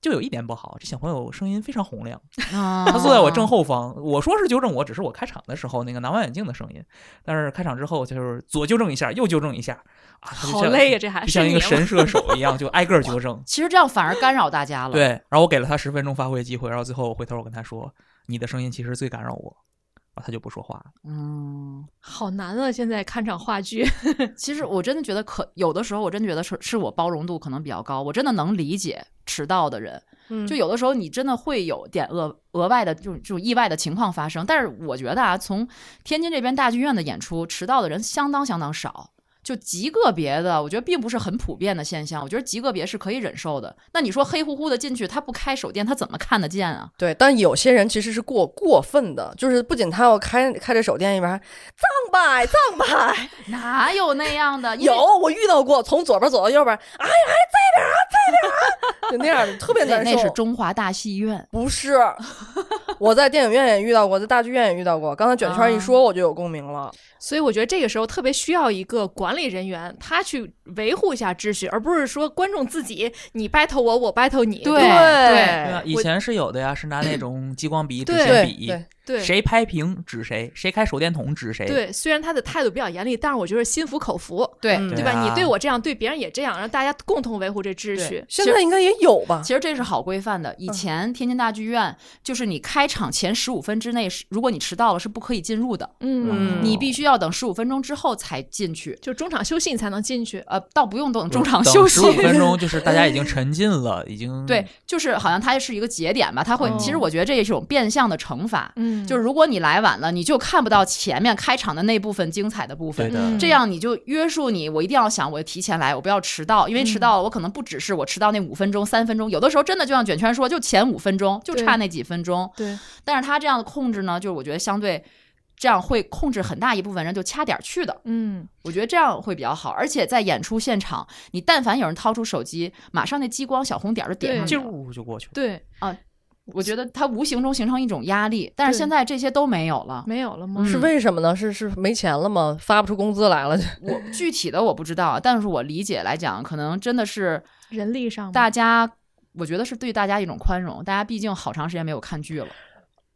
[SPEAKER 4] 就有一点不好，这小朋友声音非常洪亮，
[SPEAKER 5] 啊，
[SPEAKER 4] 他
[SPEAKER 5] 他
[SPEAKER 4] 坐在我正后
[SPEAKER 2] 哦
[SPEAKER 4] 方。我说是纠正我，只是我开场的时候那个拿望远镜的声音，但是开场之后就是左纠正一下，右纠正一下，啊，他就
[SPEAKER 2] 好
[SPEAKER 4] 像
[SPEAKER 2] 累呀、，这还
[SPEAKER 4] 就像
[SPEAKER 2] 是
[SPEAKER 4] 一
[SPEAKER 2] 你
[SPEAKER 4] 个
[SPEAKER 2] 吗
[SPEAKER 4] 神射手一样，就挨个儿纠正。
[SPEAKER 5] 其实这样反而干扰大家了。
[SPEAKER 4] 对，然后我给了他十分钟发挥机会，然后最后我回头我跟他说：“你的声音其实最干扰我。”然后他就不说话了。
[SPEAKER 5] 嗯，
[SPEAKER 2] 好难啊！现在看场话剧， (laughs)
[SPEAKER 5] 其实我真的觉得可有的时候，我真觉得是是我包容度可能比较高，我真的能理解迟到的人。
[SPEAKER 3] 嗯
[SPEAKER 5] 就有的时候你真的会有点额额外的这种这种意外的情况发生。但是我觉得啊，从天津这边大剧院的演出，迟到的人相当相当少，就极个别的，我觉得并不是很普遍的现象。我觉得极个别是可以忍受的。那你说黑乎乎的进去，他不开手电，他怎么看得见啊？
[SPEAKER 3] 对，但有些人其实是过过分的，就是不仅他要开开着手电一边儿，藏吧藏吧，
[SPEAKER 5] 哪有那
[SPEAKER 3] (laughs)
[SPEAKER 5] 样的？因为
[SPEAKER 3] 有我遇到过，从左边走到右边，哎哎，这边啊这边啊，就那 (laughs) 样的，特别
[SPEAKER 5] 那
[SPEAKER 3] 难受。
[SPEAKER 5] 那是中华大戏院，
[SPEAKER 3] 不是， (laughs) 我在电影院也遇到过，在大剧院也遇到过。刚才卷
[SPEAKER 5] 啊
[SPEAKER 3] 圈一说，我就有共鸣了。
[SPEAKER 2] 所以我觉得这个时候特别需要一个管理人员，他去维护一下秩序，而不是说观众自己你 battle 我，我 battle 你。
[SPEAKER 5] 对
[SPEAKER 4] 对啊，以
[SPEAKER 2] 我
[SPEAKER 4] 前是有的呀，是拿那种激光笔指
[SPEAKER 2] 对
[SPEAKER 4] 铅
[SPEAKER 3] 对
[SPEAKER 4] 笔，
[SPEAKER 3] 对，
[SPEAKER 2] 对对
[SPEAKER 4] 谁拍屏指谁，谁开手电筒指谁。
[SPEAKER 2] 对，虽然他的态度比较严厉，但是我觉得心服口服，
[SPEAKER 5] 对
[SPEAKER 3] 嗯
[SPEAKER 2] 对
[SPEAKER 4] 对
[SPEAKER 2] 吧？
[SPEAKER 4] 啊
[SPEAKER 2] 你对我这样，对别人也这样，让大家共同维护这秩序。
[SPEAKER 3] 现在应该也有吧？
[SPEAKER 5] 其实这是好规范的。以前天津大剧院就是你开场前十五分之内，是如果你迟到了是不可以进入的，
[SPEAKER 2] 嗯，
[SPEAKER 3] 嗯
[SPEAKER 5] 你必须要等十五分钟之后才进去。
[SPEAKER 2] 就中场休息你才能进去。
[SPEAKER 5] 呃，倒不用等
[SPEAKER 4] 就
[SPEAKER 5] 中
[SPEAKER 4] 是
[SPEAKER 5] 场
[SPEAKER 4] 嗯等
[SPEAKER 5] 休息
[SPEAKER 4] 十。五分钟，就是大家已经沉浸了，已经
[SPEAKER 5] 对，就是好像它是一个节点吧，它会，
[SPEAKER 4] 哦
[SPEAKER 2] 嗯
[SPEAKER 5] 其实我觉得这也是一种变相的惩罚，
[SPEAKER 2] 嗯
[SPEAKER 5] 就是如果你来晚了，你就看不到前面开场的那部分精彩的部
[SPEAKER 4] 对
[SPEAKER 5] 分，
[SPEAKER 4] 的
[SPEAKER 2] 嗯。
[SPEAKER 5] 这样你就约束你，我一定要想，我提前来，我不要迟到，因为
[SPEAKER 4] 嗯
[SPEAKER 5] 迟到了，我可能不只是我迟到那五分钟、三分钟，有的时候真的就像卷圈说，就前五分钟，就
[SPEAKER 2] 对
[SPEAKER 5] 差那几分钟，
[SPEAKER 2] 对，
[SPEAKER 5] 但是他这样的控制呢，就是我觉得相对。这样会控制很大一部分人就掐点儿去的，
[SPEAKER 2] 嗯，
[SPEAKER 5] 我觉得这样会比较好。而且在演出现场，你但凡有人掏出手机，马上那激光小红点儿就点
[SPEAKER 2] 对
[SPEAKER 5] 上去
[SPEAKER 4] 就
[SPEAKER 5] 了。
[SPEAKER 4] 就过去了。
[SPEAKER 2] 对，
[SPEAKER 5] 我觉得它无形中形成一种压力，但是
[SPEAKER 2] 对
[SPEAKER 5] 现在这些都没有了。
[SPEAKER 2] 没有了吗？
[SPEAKER 5] 嗯
[SPEAKER 3] 是为什么呢？是是没钱了吗？发不出工资来了？
[SPEAKER 5] 我具体的我不知道啊，但是我理解来讲，可能真的是
[SPEAKER 2] 人力上吗
[SPEAKER 5] 大家，我觉得是对大家一种宽容。大家毕竟好长时间没有看剧了，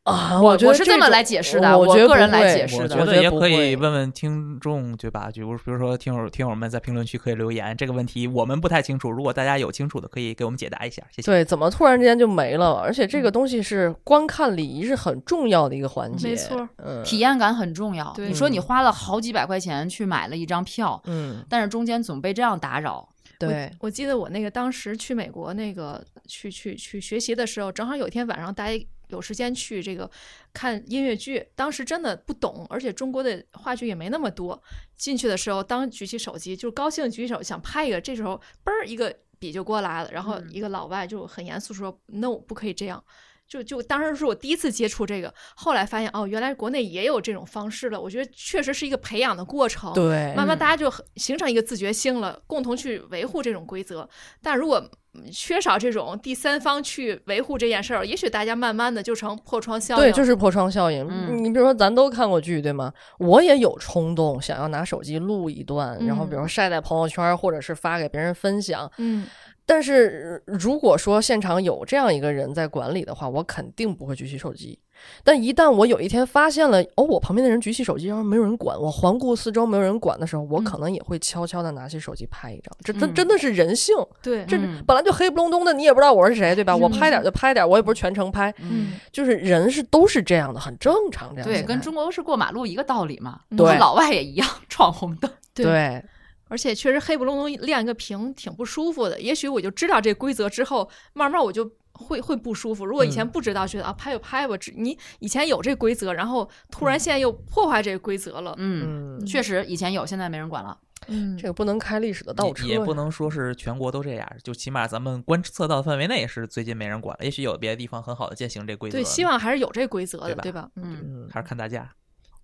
[SPEAKER 3] 啊，
[SPEAKER 5] 我
[SPEAKER 3] 觉得
[SPEAKER 5] 我是这么
[SPEAKER 3] 种
[SPEAKER 5] 来解释的
[SPEAKER 3] 我
[SPEAKER 5] 我
[SPEAKER 3] 觉得
[SPEAKER 5] 个人
[SPEAKER 3] 不会
[SPEAKER 5] 来解释
[SPEAKER 4] 我
[SPEAKER 5] 是的
[SPEAKER 4] 觉
[SPEAKER 3] 我
[SPEAKER 4] 得也
[SPEAKER 3] 不
[SPEAKER 4] 可以
[SPEAKER 3] 会
[SPEAKER 4] 问问听众，对吧？比如比如说听友听友们在评论区可以留言这个问题，我们不太清楚。如果大家有清楚的，可以给我们解答一下，谢谢。
[SPEAKER 3] 对，怎么突然之间就没了？而且这
[SPEAKER 5] 嗯
[SPEAKER 3] 个东西是观看礼仪是很重要的一个环节，
[SPEAKER 2] 没错，
[SPEAKER 3] 嗯，
[SPEAKER 5] 体验感很重要。
[SPEAKER 2] 对
[SPEAKER 5] 你说你花了好几百块钱去买了一张票，
[SPEAKER 3] 嗯，
[SPEAKER 5] 但是中间总被这样打扰。
[SPEAKER 3] 对，
[SPEAKER 2] 我记得我那个当时去美国那个去去去学习的时候，正好有一天晚上大家有时间去这个看音乐剧，当时真的不懂，而且中国的话剧也没那么多。进去的时候，当举起手机，就是高兴举起手想拍一个，这时候嘣儿一个笔就过来了，然后
[SPEAKER 5] 嗯
[SPEAKER 2] 一个老外就很严肃说、n o 不可以这样。”就就当时是我第一次接触这个，后来发现哦，原来国内也有这种方式了。我觉得确实是一个培养的过程。
[SPEAKER 3] 对，
[SPEAKER 2] 慢慢
[SPEAKER 5] 嗯
[SPEAKER 2] 大家就很形成一个自觉性了，共同去维护这种规则。但如果嗯缺少这种第三方去维护这件事儿，也许大家慢慢的就成破窗效应。
[SPEAKER 3] 对，就是破窗效应。
[SPEAKER 5] 嗯
[SPEAKER 3] 你比如说，咱都看过剧，对吗？我也有冲动
[SPEAKER 5] 嗯
[SPEAKER 3] 想要拿手机录一段，然后比如说晒在朋友圈，或者是发给别人分享。
[SPEAKER 2] 嗯，
[SPEAKER 3] 但是呃如果说现场有这样一个人在管理的话，我肯定不会举起手机。但一旦我有一天发现了，哦，我旁边的人举起手机，然后没有人管，我环顾四周没有人管的时候，我
[SPEAKER 5] 嗯
[SPEAKER 3] 可能也会悄悄的拿起手机拍一张。这这
[SPEAKER 5] 嗯
[SPEAKER 3] 真的是人性，
[SPEAKER 2] 对，
[SPEAKER 3] 这
[SPEAKER 5] 嗯
[SPEAKER 3] 本来就黑不隆咚的，你也不知道我是谁，对吧？我拍点就拍点，我也不是全程拍，
[SPEAKER 5] 嗯，
[SPEAKER 3] 就是人是都是这样的，很正常这样。
[SPEAKER 5] 对，
[SPEAKER 3] 现在
[SPEAKER 5] 跟中国是过马路一个道理嘛，
[SPEAKER 2] 嗯
[SPEAKER 5] 和
[SPEAKER 3] 对
[SPEAKER 5] 老外也一样 (laughs) 闯红灯。
[SPEAKER 3] 对
[SPEAKER 2] 而且确实黑不隆咚亮一个屏挺不舒服的。也许我就知道这规则之后，慢慢我就会会不舒服。如果以前
[SPEAKER 4] 嗯
[SPEAKER 2] 不知道，觉得啊拍就拍吧，只你以前有这规则，然后突然现在又破坏这个规则了，
[SPEAKER 5] 嗯，
[SPEAKER 3] 嗯，
[SPEAKER 5] 确实以前有，现在没人管了。
[SPEAKER 2] 嗯
[SPEAKER 3] 这个不能开历史的倒车
[SPEAKER 4] 也
[SPEAKER 3] 呀
[SPEAKER 4] 也不能说是全国都这样，就起码咱们观测到的范围内是最近没人管了，也许有别的地方很好的践行这规则。
[SPEAKER 2] 对，希望还是有这规则的，
[SPEAKER 4] 对吧
[SPEAKER 2] 对吧？嗯，
[SPEAKER 3] 嗯，
[SPEAKER 4] 还是看大家。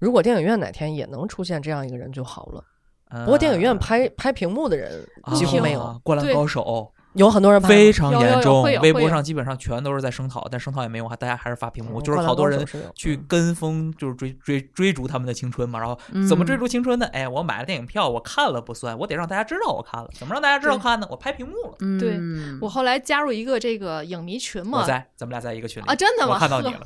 [SPEAKER 3] 如果电影院哪天也能出现这样一个人就好了。
[SPEAKER 4] 不
[SPEAKER 3] 不过电影院拍拍屏幕的人几乎没有，
[SPEAKER 4] 《嗯啊灌篮
[SPEAKER 2] 对
[SPEAKER 4] 高手
[SPEAKER 3] 有很多人》拍吗。
[SPEAKER 4] 非常
[SPEAKER 2] 有有有
[SPEAKER 4] 严重
[SPEAKER 2] 会有，
[SPEAKER 4] 微
[SPEAKER 2] 会
[SPEAKER 4] 博
[SPEAKER 2] 有
[SPEAKER 4] 上基本上全都是在声讨，但声讨也没用，还大家还是发屏幕，
[SPEAKER 3] 嗯
[SPEAKER 4] 就是
[SPEAKER 3] 灌篮
[SPEAKER 4] 好多
[SPEAKER 3] 高手
[SPEAKER 4] 人
[SPEAKER 3] 是有
[SPEAKER 4] 去
[SPEAKER 3] 嗯
[SPEAKER 4] 跟风，就是追追追逐他们的青春嘛。然后怎么追逐青春呢？哎，我买了电影票，我看了不算，我得让大家知道我看了。怎么让大家知道看呢？我拍屏幕了。
[SPEAKER 5] 嗯，
[SPEAKER 2] 对我后来加入一个这个影迷群
[SPEAKER 4] 我
[SPEAKER 2] 嘛，
[SPEAKER 4] 在，咱们俩在一个群里
[SPEAKER 2] 啊真的吗
[SPEAKER 4] 我看到你了。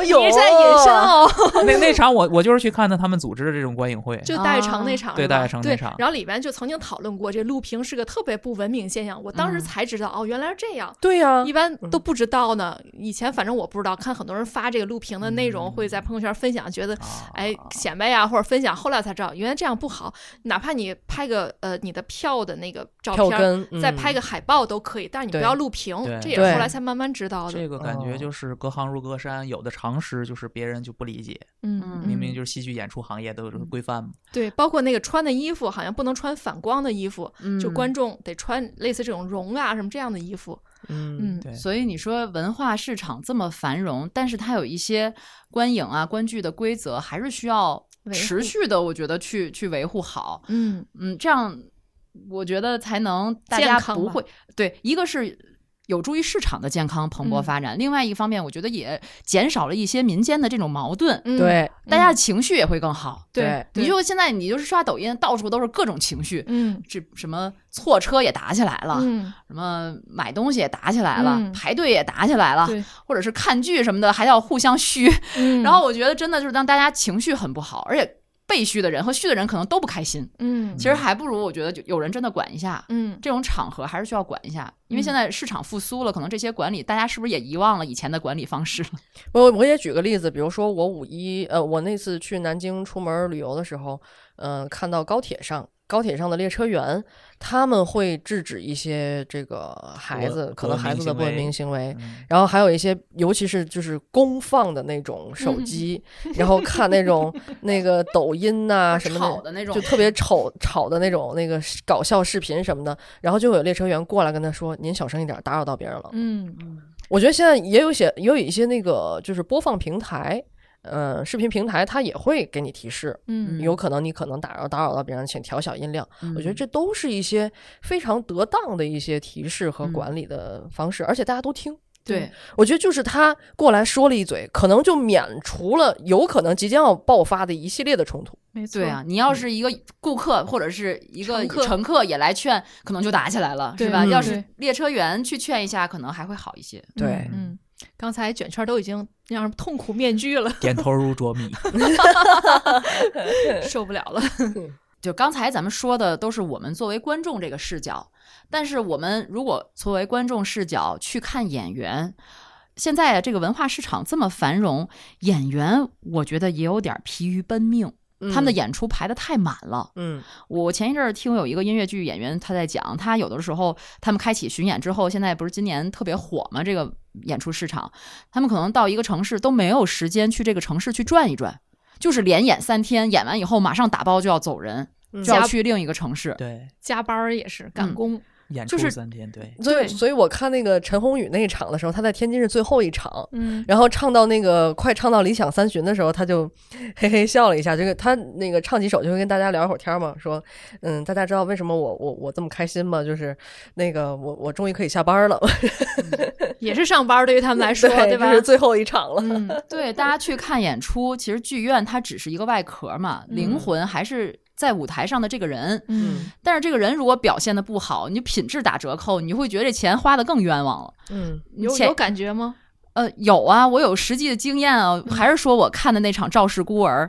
[SPEAKER 2] (laughs) 你
[SPEAKER 3] 有
[SPEAKER 2] 是在隐身，哦，
[SPEAKER 4] (laughs) 那那场我我就是去看的他们组织的这种观影会，
[SPEAKER 2] 就大悦城那场，
[SPEAKER 4] 对
[SPEAKER 2] 是吧
[SPEAKER 4] 大悦城那场
[SPEAKER 2] 对然后里边就曾经讨论过，这录屏是个特别不文明现象。我当时
[SPEAKER 5] 嗯
[SPEAKER 2] 才知道，哦，原来是这样。
[SPEAKER 3] 对呀、
[SPEAKER 2] 一般都不知道呢。以前反正我不知道，看很多人发这个录屏的内容，
[SPEAKER 4] 嗯
[SPEAKER 2] 会在朋友圈分享，觉得
[SPEAKER 4] 啊
[SPEAKER 2] 哎显摆呀、或者分享。后来才知道，原来这样不好。哪怕你拍个呃你的票的那个照
[SPEAKER 3] 票
[SPEAKER 2] 片儿，
[SPEAKER 3] 根、嗯
[SPEAKER 2] 再拍个海报都可以，但是你不
[SPEAKER 3] 对
[SPEAKER 2] 要录屏
[SPEAKER 4] 对。
[SPEAKER 2] 这也是
[SPEAKER 3] 对
[SPEAKER 2] 后来才慢慢知道的。嗯
[SPEAKER 4] 这个感觉
[SPEAKER 3] 哦
[SPEAKER 4] 就是隔行如隔山，有的常识就是别人就不理解，
[SPEAKER 2] 嗯，
[SPEAKER 4] 明明就是戏剧演出行业都有这个规范嘛。
[SPEAKER 2] 对，包括那个穿的衣服，好像不能穿反光的衣服，就
[SPEAKER 5] 嗯
[SPEAKER 2] 观众得穿类似这种绒啊什么这样的衣服。
[SPEAKER 3] 嗯，
[SPEAKER 2] 嗯，
[SPEAKER 4] 对
[SPEAKER 5] 所以你说文化市场这么繁荣，但是它有一些观影啊、观剧的规则，还是需要
[SPEAKER 2] 维护
[SPEAKER 5] 持续的，我觉得去去维护好。
[SPEAKER 2] 嗯，
[SPEAKER 5] 嗯，这样我觉得才能大
[SPEAKER 2] 健
[SPEAKER 5] 家
[SPEAKER 2] 康
[SPEAKER 5] 不
[SPEAKER 2] 吧
[SPEAKER 5] 会对，一个是。有助于市场的健康蓬勃
[SPEAKER 2] 嗯
[SPEAKER 5] 发展，另外一方面，我觉得也减少了一些民间的这种矛盾，
[SPEAKER 2] 嗯，
[SPEAKER 3] 对
[SPEAKER 5] 大家的情绪也会更好。
[SPEAKER 2] 对，
[SPEAKER 5] 你
[SPEAKER 2] 对
[SPEAKER 5] 就现在你就是刷抖音，到处都是各种情绪，
[SPEAKER 2] 嗯
[SPEAKER 5] 这什么错车也打起来了，
[SPEAKER 2] 嗯，
[SPEAKER 5] 什么买东西也打起来了，
[SPEAKER 2] 嗯
[SPEAKER 5] 排队也打起来了，
[SPEAKER 2] 对，
[SPEAKER 5] 或者是看剧什么的还要互相虚。
[SPEAKER 2] 嗯
[SPEAKER 5] (laughs) 然后我觉得真的就是让大家情绪很不好，而且被虚的人和虚的人可能都不开心。
[SPEAKER 2] 嗯
[SPEAKER 5] 其实还不如我觉得就有人真的管一下。
[SPEAKER 2] 嗯
[SPEAKER 5] 这种场合还是需要管一下，因为
[SPEAKER 2] 嗯
[SPEAKER 5] 现在市场复苏了，可能这些管理大家是不是也遗忘了以前的管理方式了？
[SPEAKER 3] 我我也举个例子，比如说我五一呃，我那次去南京出门旅游的时候，嗯、看到高铁上。高铁上的列车员，他们会制止一些这个孩
[SPEAKER 4] 不
[SPEAKER 3] 子
[SPEAKER 4] 文
[SPEAKER 3] 可能
[SPEAKER 4] 不文
[SPEAKER 3] 孩
[SPEAKER 4] 明
[SPEAKER 3] 子的
[SPEAKER 4] 行
[SPEAKER 3] 不文
[SPEAKER 4] 为
[SPEAKER 3] 明行为，
[SPEAKER 4] 嗯
[SPEAKER 3] 然后还有一些，尤其是就是公放的那种
[SPEAKER 5] (laughs)
[SPEAKER 3] 手机，然后看那种那个抖音呐、什么
[SPEAKER 5] 啊吵的那种
[SPEAKER 3] 就特别丑吵的那种那个视搞笑视频什么的，然后就会有列车员过来跟他说：“您小声一点，打扰到别人了。
[SPEAKER 2] 嗯
[SPEAKER 3] 我觉得现在也有些也有一些那个就是播放平台，呃，视频平台它也会给你提示，
[SPEAKER 2] 嗯
[SPEAKER 3] 有可能你可能打扰打扰到别人，请调小音量。我觉得
[SPEAKER 5] 嗯
[SPEAKER 3] 这都是一些非常得当的一些提示和
[SPEAKER 5] 嗯
[SPEAKER 3] 管理的方式，而且大家都听。
[SPEAKER 5] 对，
[SPEAKER 3] 我觉得就是他过来说了一嘴，可能就免除了有可能即将要爆发的一系列的冲突。
[SPEAKER 2] 没错，
[SPEAKER 5] 对啊，，你要是一个顾客或者是一个
[SPEAKER 2] 嗯乘客
[SPEAKER 5] 乘客也来劝，可能就打起来了，
[SPEAKER 2] 对
[SPEAKER 5] 是吧？
[SPEAKER 3] 嗯
[SPEAKER 5] 要是
[SPEAKER 2] 对
[SPEAKER 5] 列车员去劝一下，可能还会好一些。
[SPEAKER 3] 对
[SPEAKER 2] 嗯，刚才卷圈都已经让人痛苦面具了，(laughs)
[SPEAKER 4] (laughs) 点头如啄米，
[SPEAKER 2] 受不了了。
[SPEAKER 5] 就刚才咱们说的都是我们作为观众这个视角，但是我们如果作为观众视角去看演员，现在这个文化市场这么繁荣，演员我觉得也有点疲于奔命，他
[SPEAKER 2] 嗯
[SPEAKER 5] 们的演出排得太满了。
[SPEAKER 3] 嗯
[SPEAKER 5] 我前一阵儿听有一个音乐剧演员他在讲，他有的时候他们开启巡演之后，现在不是今年特别火嘛，这个演出市场，他们可能到一个城市都没有时间去这个城市去转一转，就是连演三天，演完以后马上打包就要走人，
[SPEAKER 3] 嗯
[SPEAKER 5] 就要去另一个城市。
[SPEAKER 4] 对，
[SPEAKER 2] 加班儿也是赶
[SPEAKER 5] 嗯
[SPEAKER 2] 工，
[SPEAKER 4] 演
[SPEAKER 5] 就
[SPEAKER 4] 出
[SPEAKER 5] 是
[SPEAKER 4] 三天，对，
[SPEAKER 3] 所
[SPEAKER 5] 对
[SPEAKER 3] 以所以我看那个陈鸿宇那一场的时候，他在天津是最后一场。
[SPEAKER 2] 嗯
[SPEAKER 3] 然后唱到那个快唱到理想三旬的时候，他就嘿嘿笑了一下。这个他那个唱几首就会跟大家聊一会儿天嘛，说嗯，大家知道为什么我我我这么开心吗？就是那个我我终于可以下
[SPEAKER 5] (laughs)
[SPEAKER 3] 班了，
[SPEAKER 2] 也是上班儿，对于他们来说，
[SPEAKER 3] 对
[SPEAKER 2] 吧
[SPEAKER 3] 这？是最后一场了。
[SPEAKER 2] 嗯，
[SPEAKER 5] 对，大家去看演出，其实剧院它只是一个外壳嘛，灵魂还是在舞台上的这个人，
[SPEAKER 2] 嗯
[SPEAKER 5] 但是这个人如果表现的不好，你品质打折扣，你会觉得这钱花的更冤枉了。
[SPEAKER 3] 嗯
[SPEAKER 5] 你
[SPEAKER 2] 有
[SPEAKER 5] 前
[SPEAKER 2] 有感觉吗？
[SPEAKER 5] 呃，有啊，我有实际的经验啊。还是说我看的那场《赵氏孤儿》，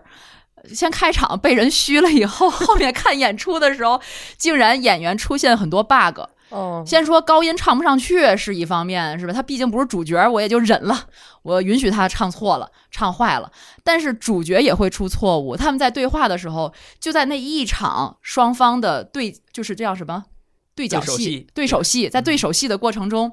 [SPEAKER 5] 先开场被人虚了以后， (laughs) 后面看演出的时候，竟然演员出现很多 bug。
[SPEAKER 3] 哦，
[SPEAKER 5] 先说高音唱不上去是一方面，是吧？他毕竟不是主角，我也就忍了，我允许他唱错了、唱坏了。但是主角也会出错误。他们在对话的时候，就在那一场双方的对，就是这叫什么对角
[SPEAKER 4] 对手戏
[SPEAKER 5] 戏、对手戏，在对手戏的过程中。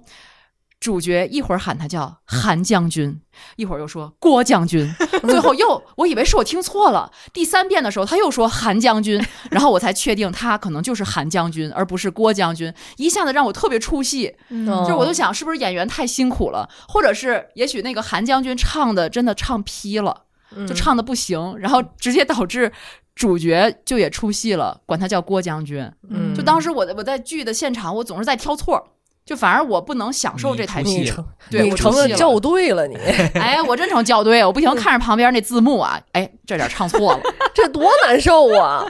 [SPEAKER 5] 主角一会儿喊他叫韩将军，一会儿又说郭将军，最后又我以为是我听错了。第三遍的时候他又说韩将军，然后我才确定他可能就是韩将军，而不是郭将军，一下子让我特别出戏。
[SPEAKER 2] 嗯
[SPEAKER 3] 哦
[SPEAKER 5] 就是我就想，是不是演员太辛苦了，或者是也许那个韩将军唱的真的唱劈了，
[SPEAKER 3] 嗯
[SPEAKER 5] 就唱的不行，然后直接导致主角就也出戏了，管他叫郭将军。
[SPEAKER 3] 嗯，
[SPEAKER 5] 就当时我我在剧的现场，我总是在挑错儿。就反而我不能享受这台
[SPEAKER 4] 你出
[SPEAKER 5] 戏，
[SPEAKER 3] 你
[SPEAKER 4] 戏
[SPEAKER 3] 成
[SPEAKER 5] 对
[SPEAKER 3] 你
[SPEAKER 5] 我
[SPEAKER 3] 成
[SPEAKER 5] 出
[SPEAKER 3] 了
[SPEAKER 5] 戏了
[SPEAKER 3] 校对
[SPEAKER 5] (laughs)
[SPEAKER 3] 了，你
[SPEAKER 5] 哎，我真成校对，我不停看着旁边那字幕啊，哎，这点儿唱错了，
[SPEAKER 3] 这多难受啊！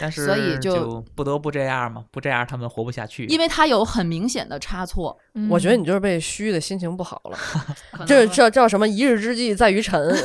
[SPEAKER 4] 但是
[SPEAKER 5] 所以就
[SPEAKER 4] 就不得不这样嘛，不这样他们活不下去。
[SPEAKER 5] 因为他有很明显的差错，
[SPEAKER 3] 我觉得你就是被虚的心情不好了，
[SPEAKER 5] 嗯可能
[SPEAKER 3] 这叫叫什么？一日之计在于
[SPEAKER 5] (laughs)
[SPEAKER 3] 晨，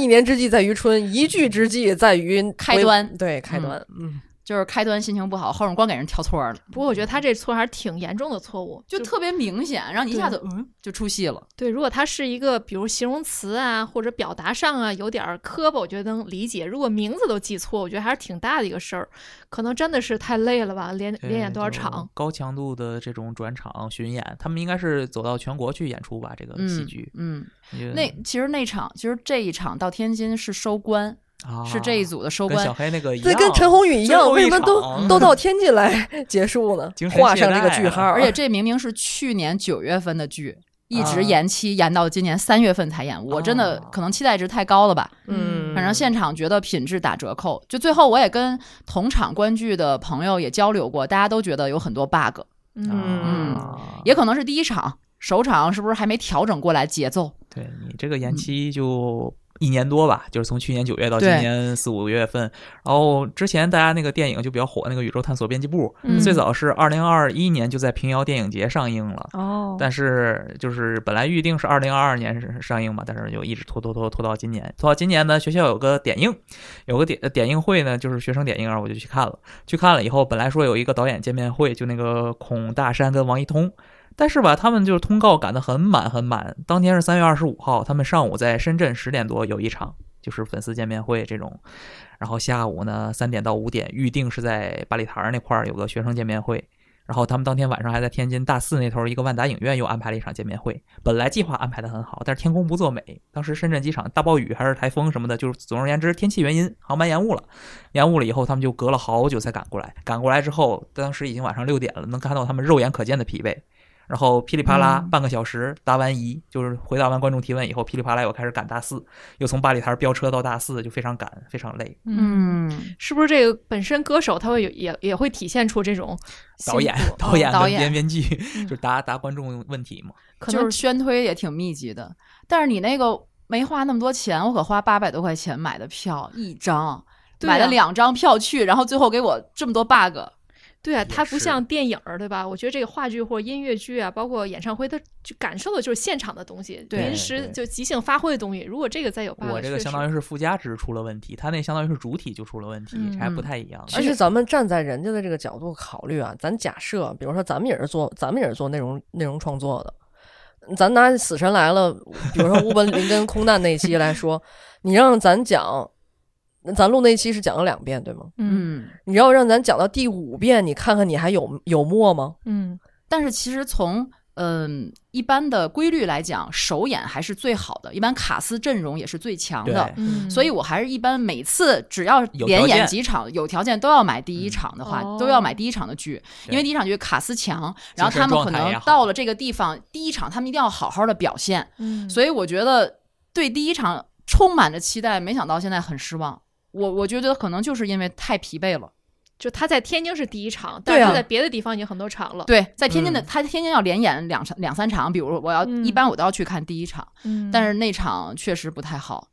[SPEAKER 3] 一年之计在于春，一句之计在于
[SPEAKER 5] 开端。
[SPEAKER 3] 对，开端，嗯，
[SPEAKER 5] 就是开端心情不好，后面光给人挑错儿了，
[SPEAKER 2] 嗯不过我觉得他这错还是挺严重的错误，
[SPEAKER 5] 就特别明显，让你一下子嗯就出戏了。
[SPEAKER 2] 对。如果他是一个比如形容词啊，或者表达上啊有点儿磕巴，我觉得能理解。如果名字都记错，我觉得还是挺大的一个事儿，可能真的是太累了吧，连
[SPEAKER 4] 呃
[SPEAKER 2] 连演多少
[SPEAKER 4] 就
[SPEAKER 2] 场？
[SPEAKER 4] 高强度的这种转场巡演，他们应该是走到全国去演出吧？这个戏
[SPEAKER 5] 嗯
[SPEAKER 4] 剧，
[SPEAKER 5] 嗯，
[SPEAKER 4] 我觉得
[SPEAKER 5] 那其实那场，其实这一场到天津是收官，
[SPEAKER 4] 啊
[SPEAKER 5] 是这一组的收
[SPEAKER 4] 跟小
[SPEAKER 5] 官。
[SPEAKER 4] 黑那个一
[SPEAKER 3] 这
[SPEAKER 4] 样，
[SPEAKER 3] 跟陈宏宇一
[SPEAKER 4] 最
[SPEAKER 3] 样，
[SPEAKER 4] 后
[SPEAKER 3] 为什
[SPEAKER 4] 一
[SPEAKER 3] 么都
[SPEAKER 4] 场
[SPEAKER 3] 都到天津来 (laughs) 结束呢
[SPEAKER 4] 精？神
[SPEAKER 3] 画
[SPEAKER 4] 懈
[SPEAKER 3] 上这个
[SPEAKER 4] 怠
[SPEAKER 3] 句
[SPEAKER 4] 啊
[SPEAKER 3] 号，
[SPEAKER 5] 而
[SPEAKER 3] (laughs)
[SPEAKER 5] 且这明明是去年九月份的剧，一
[SPEAKER 4] 啊
[SPEAKER 5] 直延期延到今年三月份才演，我真的
[SPEAKER 4] 啊
[SPEAKER 5] 可能期待值太高了吧。
[SPEAKER 3] 嗯，
[SPEAKER 5] 反正现场觉得品质打折扣。就最后我也跟同场观剧的朋友也交流过，大家都觉得有很多 bug，
[SPEAKER 2] 嗯
[SPEAKER 4] 啊
[SPEAKER 5] 也可能是第一场。首场是不是还没调整过来节奏？
[SPEAKER 4] 对你这个延期就一年多吧，就是从去年九月到今
[SPEAKER 5] 对
[SPEAKER 4] 年四五月份。然后之前大家那个电影就比较火，那个《宇宙探索编辑部》
[SPEAKER 2] 嗯
[SPEAKER 4] 最早是二零二一年就在平遥电影节上映了。
[SPEAKER 2] 哦
[SPEAKER 4] 但是就是本来预定是二零二二年是上映嘛，但是就一直拖拖拖拖到今年，拖到今年呢，学校有个点映，有个点呃点映会呢，就是学生点映，然后我就去看了，去看了以后，本来说有一个导演见面会，就那个孔大山跟王一通。但是吧，他们就是通告赶得很满很满。当天是三月二十五号，他们上午在深圳十点多有一场，就是粉丝见面会这种。然后下午呢，三点到五点预定是在八里台儿那块儿有个学生见面会，然后他们当天晚上还在天津大寺那头儿一个万达影院又安排了一场见面会。本来计划安排的很好，但是天公不作美，当时深圳机场大暴雨还是台风什么的，就是总而言之天气原因，航班延误了。延误了以后，他们就隔了好久才赶过来。赶过来之后，当时已经晚上六点了，能看到他们肉眼可见的疲惫。然后噼里啪啦，半个小时答完疑，就是回答完观众提问以后，噼里啪啦又开始赶大四，又从八里台飙车到大四，就非常赶，非常累。
[SPEAKER 5] 嗯，
[SPEAKER 2] 是不是这个本身歌手他会有也也会体现出这种
[SPEAKER 4] 导演
[SPEAKER 2] 辛苦、
[SPEAKER 4] 导演
[SPEAKER 5] 导
[SPEAKER 4] 跟
[SPEAKER 5] 演
[SPEAKER 4] 编编剧
[SPEAKER 2] 嗯
[SPEAKER 4] (laughs) 就是答答观众问题嘛。
[SPEAKER 2] 可
[SPEAKER 5] 就
[SPEAKER 2] 能
[SPEAKER 5] 是宣推也挺密集的。但是你那个没花那么多钱，我可花八百多块钱买的票一张，
[SPEAKER 2] 对啊
[SPEAKER 5] 买了两张票去，然后最后给我这么多 bug，
[SPEAKER 2] 对啊，
[SPEAKER 4] 也
[SPEAKER 2] 它不
[SPEAKER 4] 是
[SPEAKER 2] 像电影儿，对吧？我觉得这个话剧或者音乐剧啊，包括演唱会，它就感受的就是现场的东西，
[SPEAKER 5] 对
[SPEAKER 2] 临时
[SPEAKER 4] 对
[SPEAKER 2] 就即兴发挥的东西。如果这个再有 bug，
[SPEAKER 4] 我这个
[SPEAKER 2] 确
[SPEAKER 4] 相
[SPEAKER 2] 实
[SPEAKER 4] 当于是附加值出了问题，他那相当于是主体就出了问题，
[SPEAKER 2] 嗯
[SPEAKER 4] 还不太一样。
[SPEAKER 3] 而且咱们站在人家的这个角度考虑啊，咱假设，比如说咱们也是做，咱们也是做内容内容创作的，咱拿《死神来了》，比如说乌本林跟空难那一期来说，你让咱讲，咱录那一期是讲了两遍对吗？
[SPEAKER 2] 嗯
[SPEAKER 3] 你要让咱讲到第五遍，你看看你还有有墨吗？
[SPEAKER 2] 嗯
[SPEAKER 5] 但是其实从嗯一般的规律来讲，首演还是最好的，一般卡司阵容也是最强的
[SPEAKER 4] 对。
[SPEAKER 2] 嗯，
[SPEAKER 5] 所以我还是一般每次只要
[SPEAKER 4] 有
[SPEAKER 5] 连
[SPEAKER 4] 条件
[SPEAKER 5] 演几场，有条件都要买第一场的话，
[SPEAKER 2] 嗯
[SPEAKER 5] 都要买第一场的剧，
[SPEAKER 4] 对
[SPEAKER 5] 因为第一场剧卡司强，
[SPEAKER 4] 精神
[SPEAKER 5] 然后他们可
[SPEAKER 4] 状态也
[SPEAKER 5] 能
[SPEAKER 4] 好
[SPEAKER 5] 到了这个地方，第一场他们一定要好好的表现，
[SPEAKER 2] 嗯，
[SPEAKER 5] 所以我觉得对第一场充满着期待，没想到现在很失望。我我觉得可能就是因为太疲惫了。
[SPEAKER 2] 就他在天津是第一场，但
[SPEAKER 3] 对
[SPEAKER 2] 是
[SPEAKER 3] 啊
[SPEAKER 2] 他在别的地方已经很多场了。，
[SPEAKER 5] 对，在天津的、
[SPEAKER 4] 嗯
[SPEAKER 5] 他天津要连演两场两三场，比如我要、
[SPEAKER 2] 嗯
[SPEAKER 5] 一般我都要去看第一场，
[SPEAKER 2] 嗯、
[SPEAKER 5] 但是那场确实不太好，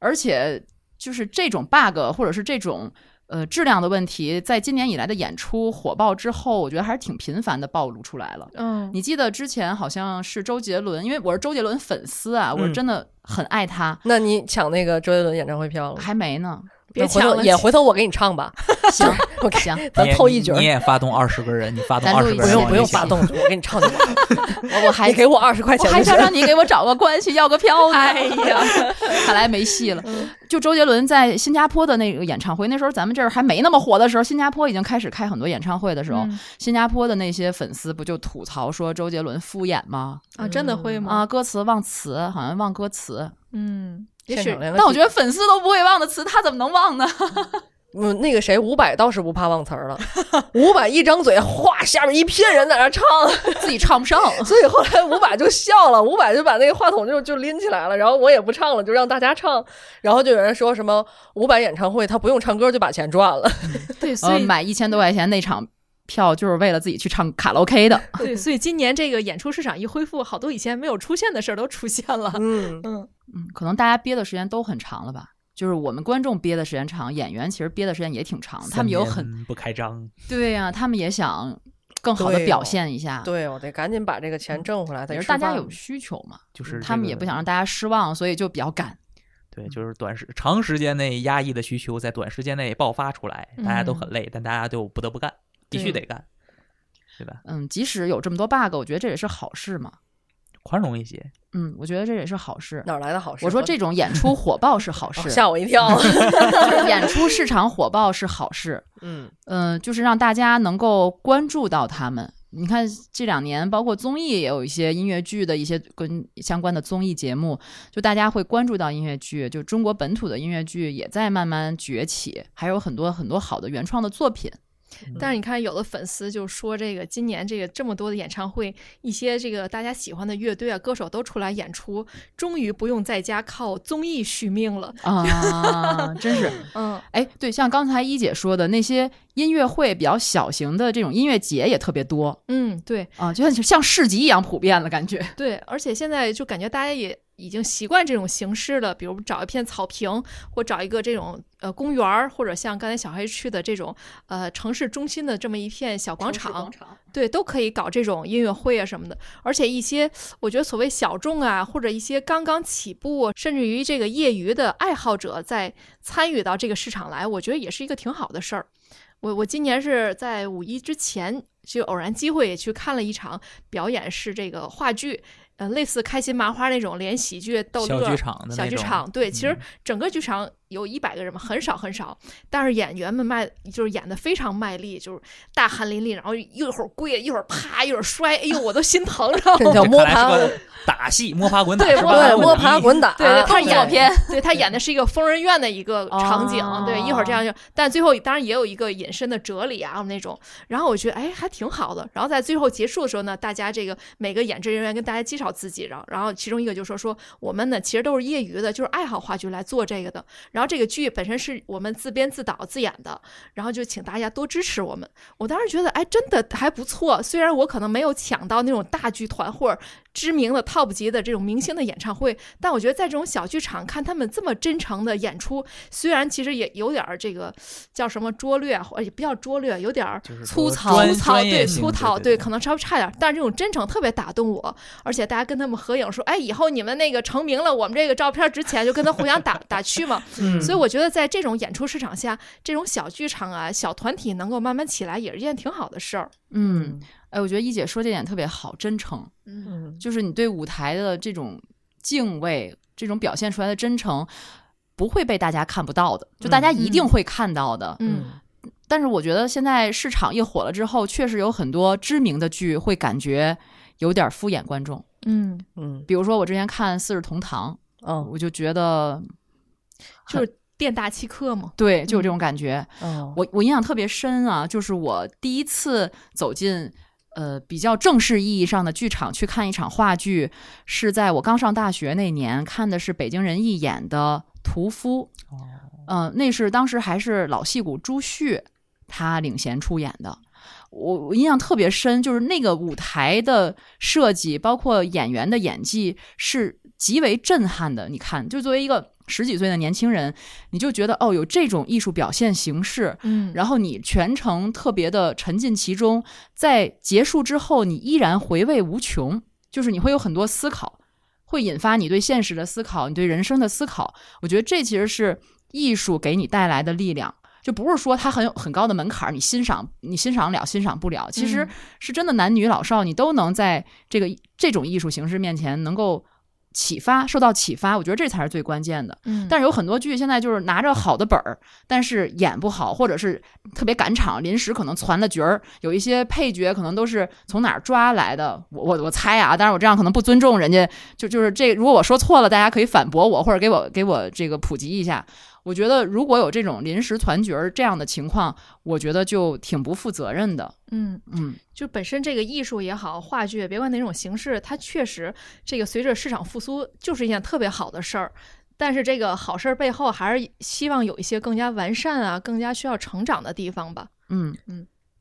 [SPEAKER 5] 而且就是这种 bug 或者是这种呃质量的问题，在今年以来的演出火爆之后，我觉得还是挺频繁的暴露出来了。
[SPEAKER 2] 嗯，
[SPEAKER 5] 你记得之前好像是周杰伦，因为我是周杰伦粉丝啊，我
[SPEAKER 4] 嗯
[SPEAKER 5] 是真的很爱他，
[SPEAKER 3] 那你抢那个周杰伦演唱会票
[SPEAKER 4] 哦
[SPEAKER 3] 了？
[SPEAKER 5] 还没呢。
[SPEAKER 2] 别
[SPEAKER 3] 那回
[SPEAKER 2] 抢
[SPEAKER 3] 头
[SPEAKER 2] 了，
[SPEAKER 3] 也回头我给你唱吧，
[SPEAKER 5] 行
[SPEAKER 2] 啊
[SPEAKER 3] 我给
[SPEAKER 5] 行，
[SPEAKER 3] 咱
[SPEAKER 4] 你也
[SPEAKER 3] 凑一局儿
[SPEAKER 4] 你，也发动二十个人，你发动
[SPEAKER 5] 咱
[SPEAKER 4] 二
[SPEAKER 5] 录
[SPEAKER 4] 十
[SPEAKER 5] 一
[SPEAKER 4] 个
[SPEAKER 5] 期
[SPEAKER 3] 不
[SPEAKER 4] 人，
[SPEAKER 3] 用
[SPEAKER 5] 你
[SPEAKER 3] 不用发动，我给你唱去吧。
[SPEAKER 5] 我我还
[SPEAKER 3] 你给我二十块
[SPEAKER 5] 我
[SPEAKER 3] 钱
[SPEAKER 5] 还
[SPEAKER 3] 就行
[SPEAKER 5] 想。让你给我找个关系要个票呢。
[SPEAKER 2] 哎呀，
[SPEAKER 5] 看来没戏了
[SPEAKER 2] 嗯。
[SPEAKER 5] 就周杰伦在新加坡的那个演唱会，那时候咱们这儿还没那么火的时候，新加坡已经开始开很多演唱会的时候，
[SPEAKER 2] 嗯
[SPEAKER 5] 新加坡的那些粉丝不就吐槽说周杰伦敷衍吗？
[SPEAKER 2] 啊，真的会
[SPEAKER 5] 啊，
[SPEAKER 2] 吗？
[SPEAKER 5] 歌词忘词，好像忘歌词。
[SPEAKER 2] 嗯，也
[SPEAKER 3] 现
[SPEAKER 2] 许
[SPEAKER 3] 场连个
[SPEAKER 5] 但我
[SPEAKER 3] 记
[SPEAKER 5] 觉得粉丝都不会忘的词，他怎么能忘呢？
[SPEAKER 3] 嗯，那个谁，伍佰倒是不怕忘词儿了，伍佰一张嘴，哗，下面一片人在那唱，
[SPEAKER 5] 自己唱不 (laughs) 上。
[SPEAKER 3] 所以后来伍佰就笑了，伍佰就把那个话筒就就拎起来了，然后我也不唱了，就让大家唱，然后就有人说什么伍佰演唱会他不用唱歌就把钱赚了，
[SPEAKER 2] 对，所
[SPEAKER 5] 呃，
[SPEAKER 2] 以
[SPEAKER 5] 买一千多块钱那场票就是为了自己去唱卡拉 OK 的。
[SPEAKER 2] 对，所以今年这个演出市场一恢复，好多以前没有出现的事儿都出现了。
[SPEAKER 3] 嗯，
[SPEAKER 2] 嗯，
[SPEAKER 5] 嗯，可能大家憋的时间都很长了吧。就是我们观众憋的时间长，演员其实憋的时间也挺长，他们有很
[SPEAKER 4] 三年不嗯开张，
[SPEAKER 5] 对呀、他们也想更好的
[SPEAKER 3] 对哦
[SPEAKER 5] 表现一下。
[SPEAKER 3] 对，我得赶紧把这个钱挣回来，再
[SPEAKER 5] 也
[SPEAKER 3] 吃
[SPEAKER 5] 是大家
[SPEAKER 3] 饭
[SPEAKER 5] 有需求嘛，嗯
[SPEAKER 4] 就是这个
[SPEAKER 5] 他们也不想让大家失望，所以就比较赶。
[SPEAKER 4] 对，就是短时长时间内压抑的需求在短时间内爆发出来，大家都很累，但大家就不得不干，必须得干，对吧？
[SPEAKER 5] 嗯，即使有这么多 bug，我觉得这也是好事嘛。
[SPEAKER 4] 宽容一些，
[SPEAKER 5] 嗯，我觉得这也是好事。
[SPEAKER 3] 哪儿来的好事？
[SPEAKER 5] 我说这种演出火爆是好事，
[SPEAKER 3] (laughs) 哦吓我一跳，
[SPEAKER 5] 就是演出市场火爆是好事。
[SPEAKER 3] 嗯，
[SPEAKER 5] 嗯、就是让大家能够关注到他们。你看这两年，包括综艺也有一些音乐剧的一些跟相关的综艺节目，就大家会关注到音乐剧，就中国本土的音乐剧也在慢慢崛起，还有很多很多好的原创的作品。
[SPEAKER 2] 但是你看，有的粉丝就说这个今年这个这么多的演唱会，一些这个大家喜欢的乐队啊、歌手都出来演出，终于不用在家靠综艺续命了。 (laughs)
[SPEAKER 5] 啊，真是，
[SPEAKER 2] 嗯，
[SPEAKER 5] 哎，对，像刚才一姐说的，那些音乐会比较小型的这种音乐节也特别多
[SPEAKER 2] 嗯，对
[SPEAKER 5] 啊，就像像市集一样普遍了，感觉。
[SPEAKER 2] 对，而且现在就感觉大家也已经习惯这种形式了，比如找一片草坪，或找一个这种呃公园儿，或者像刚才小黑去的这种呃城市中心的这么一片小广场，
[SPEAKER 5] 场，
[SPEAKER 2] 对，都可以搞这种音乐会啊什么的，而且一些我觉得所谓小众啊，或者一些刚刚起步，甚至于这个业余的爱好者在参与到这个市场来，我觉得也是一个挺好的事儿。我我今年是在五一之前就偶然机会也去看了一场表演，是这个话剧，呃，类似开心麻花那种连喜剧逗乐啊
[SPEAKER 4] 小
[SPEAKER 2] 儿。
[SPEAKER 4] 剧场的那
[SPEAKER 2] 小
[SPEAKER 4] 种
[SPEAKER 2] 剧场，对，其实
[SPEAKER 4] 嗯
[SPEAKER 2] 整个剧场有一百个人嘛，很少很少，但是演员们卖就是演的非常卖力，就是大汗淋漓，然后一会儿跪，一会儿趴，一会儿摔，哎呦，我都心疼， (laughs) 然后
[SPEAKER 3] (laughs) 这叫
[SPEAKER 4] 这
[SPEAKER 3] 摸
[SPEAKER 4] 看来
[SPEAKER 3] 爬，
[SPEAKER 4] 是个打戏，摸爬滚打
[SPEAKER 2] 对
[SPEAKER 4] 是吧？
[SPEAKER 3] 对，
[SPEAKER 4] 很
[SPEAKER 3] 摸
[SPEAKER 4] 低
[SPEAKER 3] 爬滚打，啊
[SPEAKER 2] 对对
[SPEAKER 5] 动
[SPEAKER 2] 他
[SPEAKER 5] 作
[SPEAKER 2] 演
[SPEAKER 5] 片，
[SPEAKER 2] 对他演的是一个疯人院的一个场景，
[SPEAKER 5] 哦
[SPEAKER 2] 对，一会儿这样就，但最后当然也有一个隐身的哲理啊那种，然后我觉得哎还挺好的，然后在最后结束的时候呢，大家这个每个演职人员跟大家介绍自己，然后然后其中一个就说说我们呢其实都是业余的，就是爱好话剧来做这个的，然后这个剧本身是我们自编自导自演的，然后就请大家多支持我们。我当时觉得哎真的还不错，虽然我可能没有抢到那种大剧团或者知名的 top 级的这种明星的演唱会，但我觉得在这种小剧场看他们这么真诚的演出，虽然其实也有点儿这个叫什么拙劣，或者哎也不叫拙劣，有点儿
[SPEAKER 4] 就是
[SPEAKER 5] 粗
[SPEAKER 4] 说
[SPEAKER 5] 糙
[SPEAKER 4] 专
[SPEAKER 2] 粗糙，
[SPEAKER 4] 专业
[SPEAKER 2] 对
[SPEAKER 4] 性
[SPEAKER 2] 粗
[SPEAKER 4] 质
[SPEAKER 2] 糙，对，
[SPEAKER 4] 对
[SPEAKER 2] 可能稍微差点儿，但是这种真诚特别打动我。而且大家跟他们合影说，哎，以后你们那个成名了，我们这个照片值钱，就跟他互相打 (laughs) 打趣嘛。
[SPEAKER 3] 嗯
[SPEAKER 2] 所以我觉得在这种演出市场下，这种小剧场啊、小团体能够慢慢起来，也是一件挺好的事儿。
[SPEAKER 5] 嗯，哎，我觉得一姐说这点特别好，真诚，
[SPEAKER 2] 嗯
[SPEAKER 3] 嗯，
[SPEAKER 5] 就是你对舞台的这种敬畏，这种表现出来的真诚，不会被大家看不到的，就大家一定会看到的。
[SPEAKER 2] 嗯
[SPEAKER 5] 但是我觉得现在市场一火了之后，确实有很多知名的剧会感觉有点敷衍观众。
[SPEAKER 2] 嗯，
[SPEAKER 3] 嗯
[SPEAKER 5] 比如说我之前看《四世同堂
[SPEAKER 3] 哦》，
[SPEAKER 5] 我就觉得
[SPEAKER 2] 就是店大欺客嘛。
[SPEAKER 5] 对，就有这种感觉。
[SPEAKER 3] 哦，
[SPEAKER 5] 我我印象特别深啊，就是我第一次走进呃比较正式意义上的剧场去看一场话剧，是在我刚上大学那年看的是北京人艺演的《屠夫》，嗯、那是当时还是老戏骨朱旭他领衔出演的。我我印象特别深，就是那个舞台的设计，包括演员的演技是极为震撼的。你看，就作为一个十几岁的年轻人，你就觉得哦，有这种艺术表现形式，
[SPEAKER 2] 嗯，
[SPEAKER 5] 然后你全程特别的沉浸其中，在结束之后，你依然回味无穷，就是你会有很多思考，会引发你对现实的思考，你对人生的思考。我觉得这其实是艺术给你带来的力量。就不是说它很有很高的门槛儿，你欣赏你欣赏了，欣赏不了，其实
[SPEAKER 2] 嗯
[SPEAKER 5] 是真的男女老少你都能在这个这种艺术形式面前能够启发，受到启发，我觉得这才是最关键的。
[SPEAKER 2] 嗯，
[SPEAKER 5] 但是有很多剧现在就是拿着好的本儿，但是演不好，或者是特别赶场，临时可能攒了角儿，有一些配角可能都是从哪儿抓来的。我我我猜啊，当然我这样可能不尊重人家，就就是这，如果我说错了，大家可以反驳我，或者给我给我这个普及一下。我觉得如果有这种临时团角儿这样的情况，我觉得就挺不负责任的。
[SPEAKER 2] 嗯，
[SPEAKER 5] 嗯，
[SPEAKER 2] 就本身这个艺术也好，话剧也别管哪种形式，它确实这个随着市场复苏就是一件特别好的事儿。但是这个好事儿背后，还是希望有一些更加完善啊，更加需要成长的地方吧。
[SPEAKER 5] 嗯，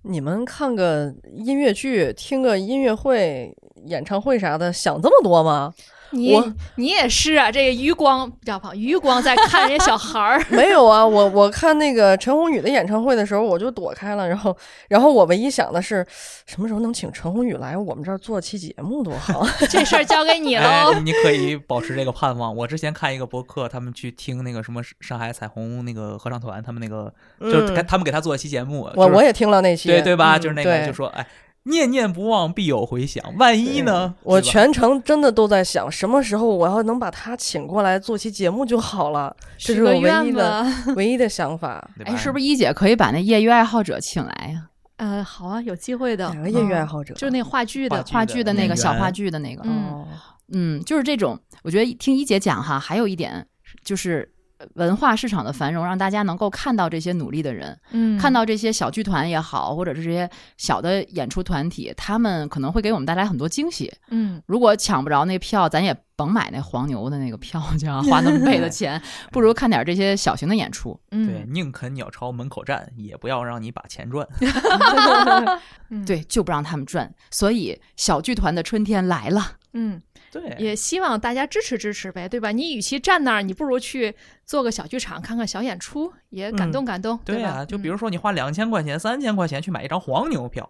[SPEAKER 3] 你们看个音乐剧、听个音乐会、演唱会啥的，想这么多吗？
[SPEAKER 2] 你
[SPEAKER 3] 我，
[SPEAKER 2] 你也是啊，这个余光比较胖，余光在看人家小孩儿 (laughs)
[SPEAKER 3] 没有啊，我我看那个陈鸿宇的演唱会的时候，我就躲开了。然后，然后我唯一想的是，什么时候能请陈鸿宇来我们这儿做期节目多
[SPEAKER 4] (laughs)
[SPEAKER 3] 好？
[SPEAKER 2] 这事儿交给你
[SPEAKER 4] 哎
[SPEAKER 2] 喽。，
[SPEAKER 4] 你可以保持这个盼望。我之前看一个博客，他们去听那个什么上海彩虹那个合唱团，他们那个就是
[SPEAKER 3] 嗯
[SPEAKER 4] 给他们给他做一期节目，
[SPEAKER 3] 我
[SPEAKER 4] 就是
[SPEAKER 3] 我也听了那期，
[SPEAKER 4] 对对吧？
[SPEAKER 3] 嗯
[SPEAKER 4] 就是那个
[SPEAKER 3] 对
[SPEAKER 4] 就说哎，念念不忘必有回响，万一呢？
[SPEAKER 3] 我
[SPEAKER 4] 是吧
[SPEAKER 3] 全程真的都在想，什么时候我要能把他请过来做期节目就好了， (laughs) 这
[SPEAKER 2] 许
[SPEAKER 3] 是我
[SPEAKER 2] 个
[SPEAKER 3] 唯一
[SPEAKER 2] 愿
[SPEAKER 3] 的
[SPEAKER 2] 吧。
[SPEAKER 3] 唯一的想法。
[SPEAKER 4] 对吧
[SPEAKER 5] 哎，是不是一姐可以把那业余爱好者请来呀、
[SPEAKER 2] (laughs) 呃，好啊，有机会的
[SPEAKER 3] 哪，个业余爱
[SPEAKER 5] 嗯
[SPEAKER 3] 好者？
[SPEAKER 2] 就是那话剧的
[SPEAKER 4] 话，剧
[SPEAKER 5] 话剧的那
[SPEAKER 4] 演
[SPEAKER 5] 个小话
[SPEAKER 4] 员
[SPEAKER 5] 剧的那个，
[SPEAKER 2] 嗯
[SPEAKER 3] 哦，
[SPEAKER 5] 嗯，就是这种，我觉得听一姐讲哈，还有一点就是文化市场的繁荣，让大家能够看到这些努力的人，
[SPEAKER 2] 嗯，
[SPEAKER 5] 看到这些小剧团也好，或者是这些小的演出团体，他们可能会给我们带来很多惊喜。
[SPEAKER 2] 嗯，
[SPEAKER 5] 如果抢不着那票，咱也甭买那黄牛的那个票，就要花那
[SPEAKER 2] (laughs)
[SPEAKER 5] 么倍的钱，不如看点这些小型的演出。
[SPEAKER 2] 嗯
[SPEAKER 4] 对，宁肯鸟巢门口站，也不要让你把钱赚。 (laughs)
[SPEAKER 2] 嗯，
[SPEAKER 5] 对，就不让他们赚。所以小剧团的春天来了。
[SPEAKER 2] 嗯，
[SPEAKER 4] 对，
[SPEAKER 2] 也希望大家支持支持呗，对吧？你与其站那儿，你不如去做个小剧场，看看小演出，也感动感动，
[SPEAKER 4] 对
[SPEAKER 2] 吧？
[SPEAKER 4] 啊，就比
[SPEAKER 2] 嗯
[SPEAKER 4] 如说你花两千块钱、三千块钱去买一张黄牛票，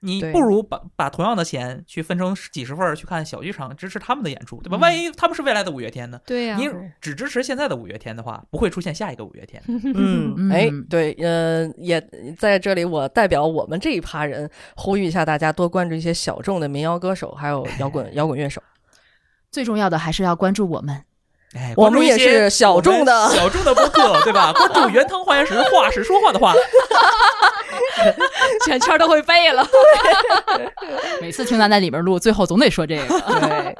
[SPEAKER 4] 你
[SPEAKER 3] 对
[SPEAKER 4] 不如把把同样的钱去分成十几十份儿去看小剧场，支持他们的演出，
[SPEAKER 3] 嗯
[SPEAKER 4] 对吧？万一他们是未来的五月天呢？
[SPEAKER 2] 对呀，
[SPEAKER 3] 啊
[SPEAKER 4] 你只支持现在的五月天的话，不会出现下一个五
[SPEAKER 3] (laughs)
[SPEAKER 4] 月天。
[SPEAKER 3] 嗯，哎
[SPEAKER 5] 嗯，
[SPEAKER 3] 对，呃，也在这里，我代表我们这一趴人呼吁一下大家，多关注一些小众的民谣歌手，还有摇 (laughs) 滚摇滚乐手。
[SPEAKER 5] 最重要的还是要关注我们。
[SPEAKER 4] 哎，
[SPEAKER 3] 我
[SPEAKER 4] 关注
[SPEAKER 3] 们
[SPEAKER 4] 一
[SPEAKER 3] 也
[SPEAKER 4] 些
[SPEAKER 3] 是小
[SPEAKER 4] 我们
[SPEAKER 3] 众的
[SPEAKER 4] 小众的播客，对吧？关注原汤化原食，化是说话的话。
[SPEAKER 3] (laughs)
[SPEAKER 2] 全圈都会背了。
[SPEAKER 5] (laughs) 每次听咱在里边录，最后总得说这个。
[SPEAKER 2] (laughs)
[SPEAKER 3] 对，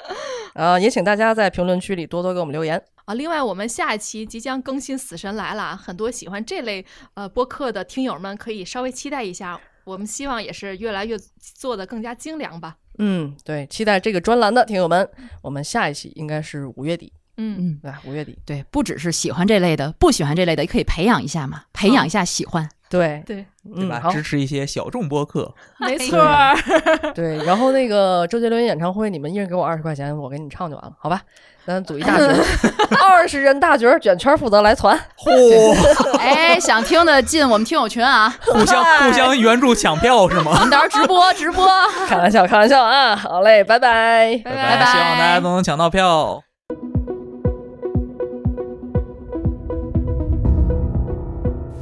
[SPEAKER 3] 啊，也请大家在评论区里多多给我们留言。
[SPEAKER 2] 啊，另外我们下一期即将更新《死神来了》啊，很多喜欢这类呃播客的听友们可以稍微期待一下。我们希望也是越来越做的更加精良吧。
[SPEAKER 3] 嗯，对，期待这个专栏的听友们，我们下一期应该是五月底，
[SPEAKER 2] 嗯，
[SPEAKER 5] 嗯，
[SPEAKER 3] 对吧？五月底，
[SPEAKER 5] 对，不只是喜欢这类的，不喜欢这类的也可以培养一下嘛，培养一下喜欢。
[SPEAKER 3] 对，
[SPEAKER 2] 对，
[SPEAKER 4] 对
[SPEAKER 3] 嗯，
[SPEAKER 4] 吧？
[SPEAKER 3] 好，
[SPEAKER 4] 支持一些小众播
[SPEAKER 3] (laughs)
[SPEAKER 4] 客，
[SPEAKER 2] 没错儿。
[SPEAKER 3] 对。然后那个周杰伦演唱会，你们一人给我二十块钱，我给你们唱就完了，好吧？咱组一大 (laughs) 局儿，二十人大局儿，卷圈儿负责来 (laughs) 传。
[SPEAKER 4] 嚯，
[SPEAKER 5] 哎，想听的进我们听友群啊，
[SPEAKER 4] 互相互相援助抢票是
[SPEAKER 5] 我
[SPEAKER 4] 吗？
[SPEAKER 5] 们到时候直播直播。
[SPEAKER 3] 开玩笑，开玩笑啊！好嘞，拜拜。
[SPEAKER 2] 拜
[SPEAKER 4] 拜 (laughs) 希望大家都能抢到票。